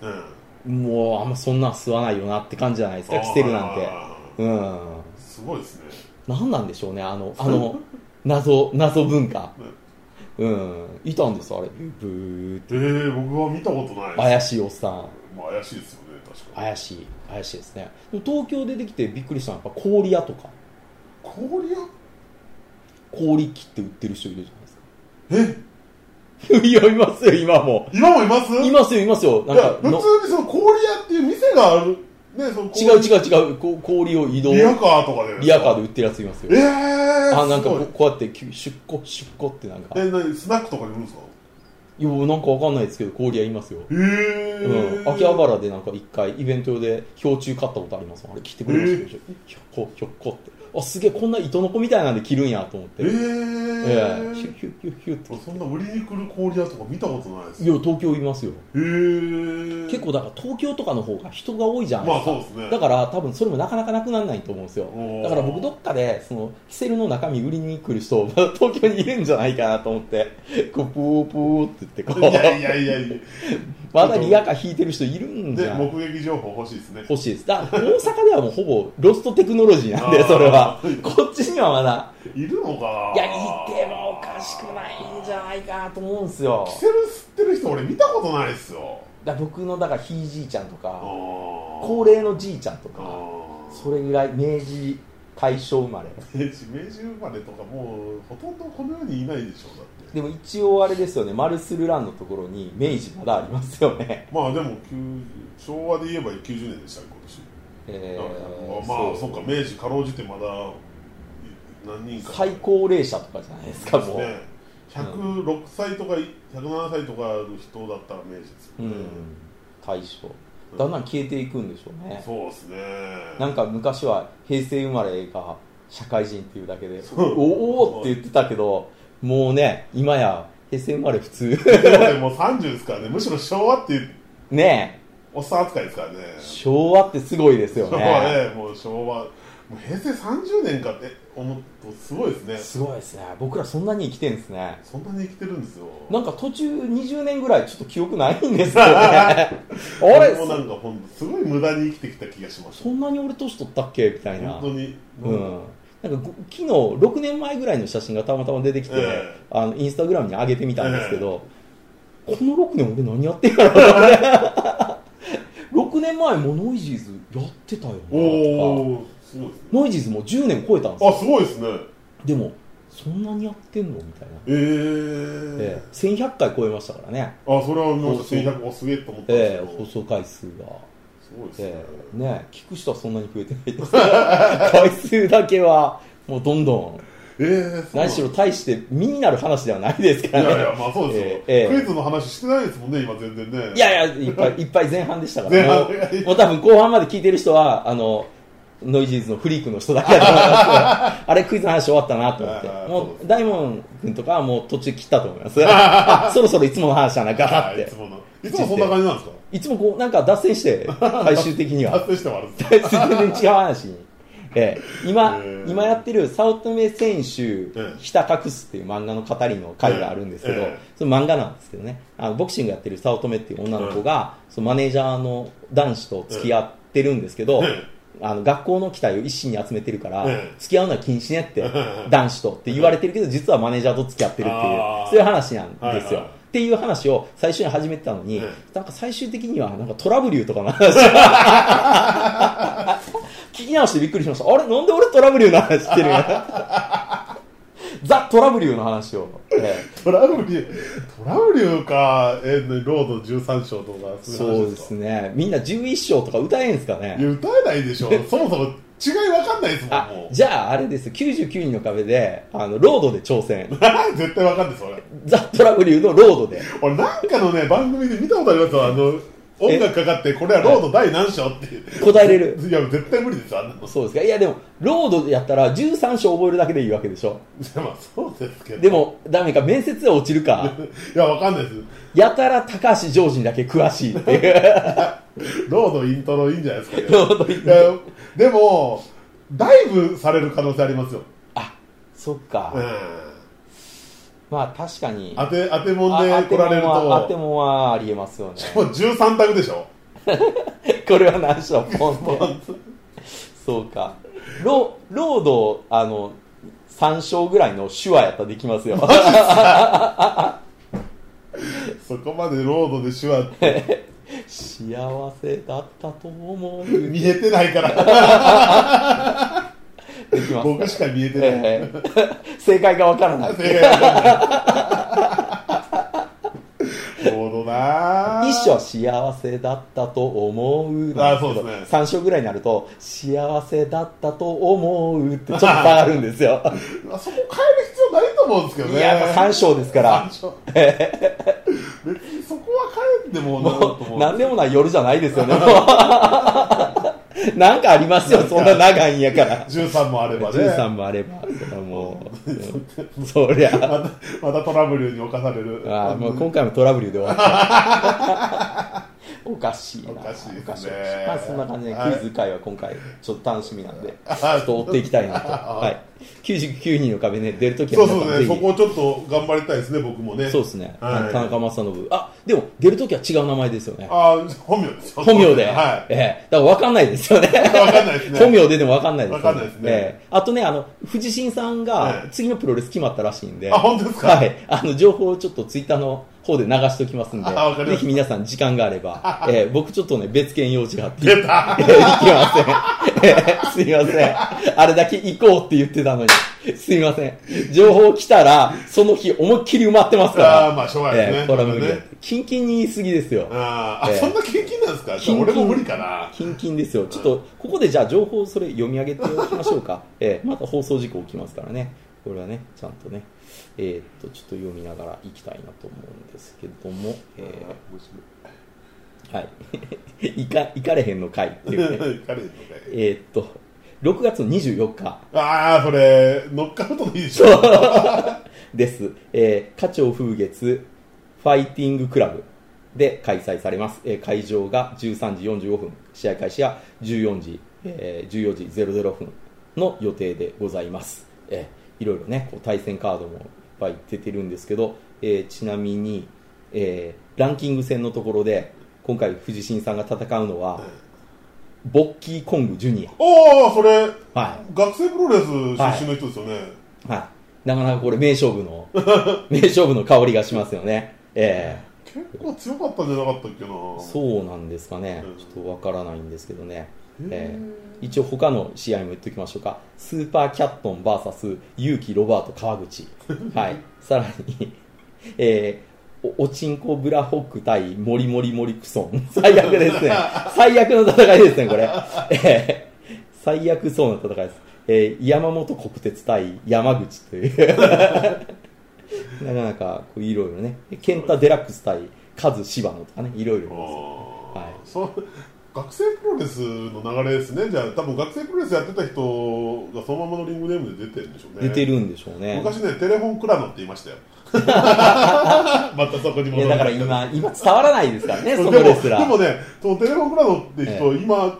B: うん
A: もうあんまそんなん吸わないよなって感じじゃないですかキセルなんて
B: あ
A: うん
B: すごいですね
A: 何なんでしょうねあ のあの謎謎文化うんいたんですあれブーって
B: えー、僕は見たことない
A: 怪しいおっさん
B: まあ怪しいですよね確かに
A: 怪しい怪しいですねでも東京出てきてびっくりしたのはやっぱ氷屋とか
B: 氷屋
A: 氷切って売ってる人いるじゃないですか
B: え
A: いや、いますよ、今も。
B: 今もいます
A: いますよ、いますよ。ないん
B: や
A: か
B: 普通
A: の、
B: にその氷屋っていう店があるねその
A: 違う違う違う、こう氷を移動、
B: リ
A: リ
B: アカーとかで
A: アカーで売ってるやついますよ。
B: ええー、
A: あ、なんか
B: す
A: こ
B: ご
A: う
B: い
A: こうやってきゅ、出庫、出庫ってなんか、いや、
B: え何スナックとかにいるんですか
A: なんかわかんないですけど、氷屋いますよ。
B: え
A: う
B: え
A: ん、秋葉原でなんか一回イベントで氷柱買ったことありますもんあれ切ってくれましたよ、ひょっこひょっこってあすげえこんな糸の子みたいなんで切るんやと思って
B: え
A: え
B: え
A: えヒュッヒュッヒュッヒュッって
B: そんな売りに来る氷屋とか見たことないです
A: いや東京いますよ
B: えー、
A: 結構だから東京とかの方が人が多いじゃないです
B: ま
A: か
B: あそうですね
A: だから多分それもなかなかなくならないと思うんですよ
B: おー
A: だから僕どっかでそのキセルの中身売りに来る人東京にいるんじゃないかなと思ってこうプープーって言ってこ
B: いやいうやいやいや
A: まだリアカー引いてる人いるん じ
B: で
A: ゃん
B: 目撃情報欲しいですね
A: 欲しいですだから大阪ではもうほぼロストテクノロジーなんで
B: あー
A: それはこっちにはまだ
B: いるのか
A: いやいてもおかしくないんじゃないかなと思うんですよ
B: キセル吸ってる人俺見たことないですよ
A: だから僕のだからひいじいちゃんと
B: あ
A: か
B: ー
A: 高齢のじいちゃんと
B: あ
A: か
B: ー
A: それぐらい明治大正生まれ
B: 明治明治生まれとかもうほとんどこの世にいないでしょうだっ
A: で
B: て
A: も一応あれですよね、マルスルランのところに明治まだありますよ ね。
B: まあでも90昭和で言えば90年でしたね今年
A: え
B: あ
A: ー
B: まあそ
A: そう
B: っか明治かろうじてまだ何人か
A: 最高齢者とかじゃないですか、もう。
B: ね106歳とか107歳とかある人だったら明治ですよ
A: う
B: ね、
A: ん、大正。だんだん消えていくんでしょうね。
B: そうですね
A: なんか昔は平成生まれが社会人っていうだけで、
B: そ
A: お
B: う
A: おーって言ってたけど、もうね、今や平成生まれ普通。
B: でもねもう30ですからねむしろ昭和って
A: ね
B: おっさん扱いですからね
A: え昭和ってすごいですよ
B: 昭和
A: ね。
B: ねもう昭和もう平成30年かって思うとすごいですね
A: すごいですね。僕らそんなに生きてんですね。
B: そんなに生きてるんですよ
A: なんか途中20年ぐらいちょっと記憶ないんですよ ね。あれ
B: もうなんかほんとすごい無駄に生きてきた気がします
A: そんなに俺年取ったっけみたいな。
B: 本当に、
A: うん。なんかご昨日6年前ぐらいの写真がたまたま出てきて、
B: ええ
A: あのインスタグラムに上げてみたんですけど、この6年俺何やってんやろな6年前もノイジーズやってたよなとか
B: おおすごいですね
A: ノイジーズも10年超えたんです
B: あ
A: よ
B: すごいですね
A: でもそんなにやってんのみたいな、
B: ええ
A: ええ1100回超えましたからね、
B: あそれは見ま
A: 放
B: した
A: 送
B: 1100おすげえと思ったんです
A: え
B: け
A: え、放
B: ど、
A: 送回数が
B: すごいですね、
A: ええね聞く人はそんなに増えてないですけど 回数だけはもうどんどん
B: ええそうなん
A: 何しろ大して身になる話ではないです
B: い
A: からね
B: やいやまあそうですよ、
A: ええええ
B: クイズの話してないですもんね今全然ね
A: いやいやいっぱいいっぱい前半でしたから
B: 前半
A: もうもう多分後半まで聞いてる人はあのノイジーズのフリークの人だけだと思い ますあれクイズの話終わったなと思って
B: ああそう
A: も
B: です
A: う大門君とかはもう途中切ったと 思いますあそろそろいつもの話だなガタっ
B: はいい
A: て
B: つものいつもそんな感じなんですか
A: いつもこうなんか脱線 して最終的には
B: 達成してもあるんですか
A: 全然違う話に、ええ今
B: えー
A: 今やってる早乙女選
B: え
A: 手
B: え
A: ひた隠すっていう漫画の語りの回があるんですけど、
B: ええ
A: その漫画なんですけどねあのボクシングやってる早乙女っていう女の子が、そのマネージャーの男子と付き合ってるんですけど、
B: え
A: あの学校の期待を一身に集めてるから、
B: ええ
A: 付き合うのは禁止ねって、
B: ええ
A: 男子とって言われてるけど実はマネージャーと付き合ってるっていう
B: あー
A: そういう話なんですよ、
B: はいはい
A: っていう話を最初に始めてたのに、
B: え
A: なんか最終的にはなんかトラブリューとかの話 聞き直してびっくりしましたあれなんで俺トラブリューの話してるの ザ・トラブリューの話を、ええ
B: トラブリュートラブリューか、えーね、ロード13章とか
A: そう
B: い話
A: ですねみんな11章とか歌えんすかね
B: いや歌えないでしょそもそも違いわかんないですもん
A: あ
B: もう
A: じゃああれです99人の壁であのロードで挑戦
B: 絶対わかんないです俺
A: ザ・トラブリューのロードで
B: 俺なんかのね番組で見たことありますよあの音楽かかってこれはロード第何章っていう
A: 答えれる
B: いや絶対無理ですよあんなの
A: そうですかいやでもロードでやったら13章覚えるだけでいいわけでしょ
B: まあそうですけど
A: でもダメか面接で落ちるか
B: いやわかんないです
A: やたら高橋ジョージにだけ詳しいっていう
B: ロードイントロいいんじゃないですか、ね、
A: ロードイントロ
B: いやでもダイブされる可能性ありますよ、
A: あそっか、
B: うん、
A: まあ確かに
B: 当て当てもんで来られる
A: ああて
B: と
A: もはありえますよね
B: もう13択でしょ
A: これは何しろポンポンそうかロロードあの3章ぐらいの手話やったらでき ますよ
B: そこまでロードで手話って
A: 幸せだったと思う
B: 見えてないから
A: できます
B: 僕しか見えてない
A: え え正解がわからない
B: ロードな
A: 一章幸せだったと思う
B: あそうですね
A: 3章ぐらいになると幸せだったと思うってちょっと下がるんですよ
B: あそこ変える必要ないと思うんですけど
A: い
B: ね
A: ややっぱ3章ですから
B: 三章別にそこは変えんでもなと思
A: も
B: う
A: う何でもない夜じゃないですよねもうなんかありますよそんな長いんやから
B: 13もあればね
A: 13もあればそれはもうそりゃ
B: またまたトラブルに侵される
A: あーもう
B: の
A: 今回もトラブルで終わった おかしいな
B: おかしいですね
A: まあそんな感じでク
B: はい
A: イズ会は今回ちょっと楽しみなんで
B: あ
A: ちょっと追っていきたいなと、
B: あ
A: はい、99人の壁ね出るとき
B: そ
A: は
B: うそ
A: 皆さん
B: う
A: ぜ
B: ね
A: ひ
B: そこをちょっと頑張りたいですね僕もね
A: そうですね、
B: はい
A: あの田中正信あでも出るときは違う名前ですよね
B: ああ本名です
A: 本名で、
B: は
A: ええだから分かんないですよね
B: いわかんないですね
A: 本名ででも分かんないですよ
B: わかんないですね
A: ええあとねあの藤新さんが
B: ええ
A: 次のプロレス決まったらしいんで、
B: あ本当ですか
A: はい、あの情報をちょっとツイッターの方で流しておきますん
B: あわか
A: で、
B: りました
A: ぜひ皆さん時間があれ ば、えー僕ちょっとね、別件用事があって、
B: 出た
A: えー行きません、えーすいません。あれだけ行こうって言ってたのに、すいません。情報来たら、その日思いっきり埋まってますか
B: あ
A: ら、
B: あまあしょうがないですね
A: えーこれは無理だ
B: ね
A: キンキンに言い過ぎですよ。
B: あー
A: え
B: あ
A: え
B: そんな献金なんですかじゃ
A: 近
B: あ
A: 々
B: 俺も無理かな
A: キンキンですよ。ちょっと、ここでじゃあ情報をそれ読み上げておきましょうか。ええまた放送事故起きますからね。これはね、ちゃんとね。えーっと、ちょっと読みながら行きたいなと思うんですけども、えーはい。い か、行かれへんのかいっていう ね。
B: 彼のね
A: えーっと、6月24日
B: ああそれノックアウトでいいでしょ
A: です。えー、花鳥風月ファイティングクラブで開催されます。えー会場が13時45分、試合開始は14時、えー14時00分の予定でございます。えーいろいろね、こう対戦カードもいっぱい出てるんですけど、えーちなみに、えーランキング戦のところで、今回藤新さんが戦うのは、ボッキーコングジュニ
B: おおそれ
A: ア。はい。
B: 学生プロレス出身の人ですよね、
A: はい。なかなかこれ名勝負 の、名勝負の香りがしますよね。え
B: 結構強かったんじゃなかったっけな
A: えそうなんですかね。ちょっとわからないんですけどね。ええ一応他の試合も言っておきましょうか。スーパーキャットン VS 勇気ロバート川 口。はい。さらに、ええおおちんこブラホック対モリモリモリクソン。最悪ですね。最悪の戦いですね、これ。ええ最悪そうな戦いです。えー、山本国鉄対山口という。 なかなかこういろいろね。ケンタデラックス対カズシバノとかね、いろいろいます。
B: あー
A: はい
B: そう学生プロレスの流れですねじゃあ多分学生プロレスやってた人がそのままのリングネームで出てるんでしょうね
A: 出てるんでしょうね。
B: 昔ねテレフォンクラノって言い ましたよまたそこに
A: いや
B: 戻
A: だから
B: りま
A: 今、今伝わらないですからね、
B: す
A: その
B: で
A: レ
B: も
A: ス
B: で
A: ラー。
B: もねそのテレフォンクラノって人、今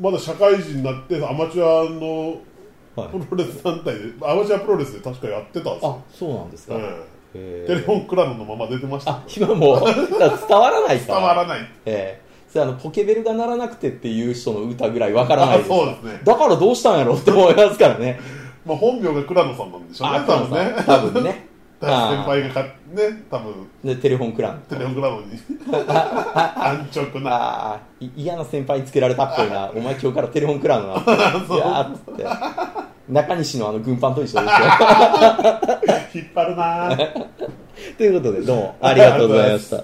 B: まだ社会人になってアマチュアの
A: はい
B: プロレス団体でアマチュアプロレスで確かやってたんです
A: あ
B: よ、、
A: そうなんですか。
B: ええ
A: え
B: テレフォンクラノのまま出てました
A: あ、今も、だから伝わらないか
B: 伝
A: ら。
B: わらない
A: ええそれあの、ポケベルが鳴らなくてっていう人の歌ぐらいわからないです
B: あそうですね
A: だからどうしたんやろって思いますからね。
B: まあ、本名が倉野さんなんでしょうね、多分ね。
A: 多分 ね。
B: 先輩がか、ね、多分
A: でテレフォンクラン
B: テレホン倉野に安直な、
A: ああい嫌な先輩につけられたっぽい なお前今日からテレフォンクランだないやーっつって中西のあの軍パンと一緒ですよ
B: 引っ張るな。
A: ということでどうもありがとうございました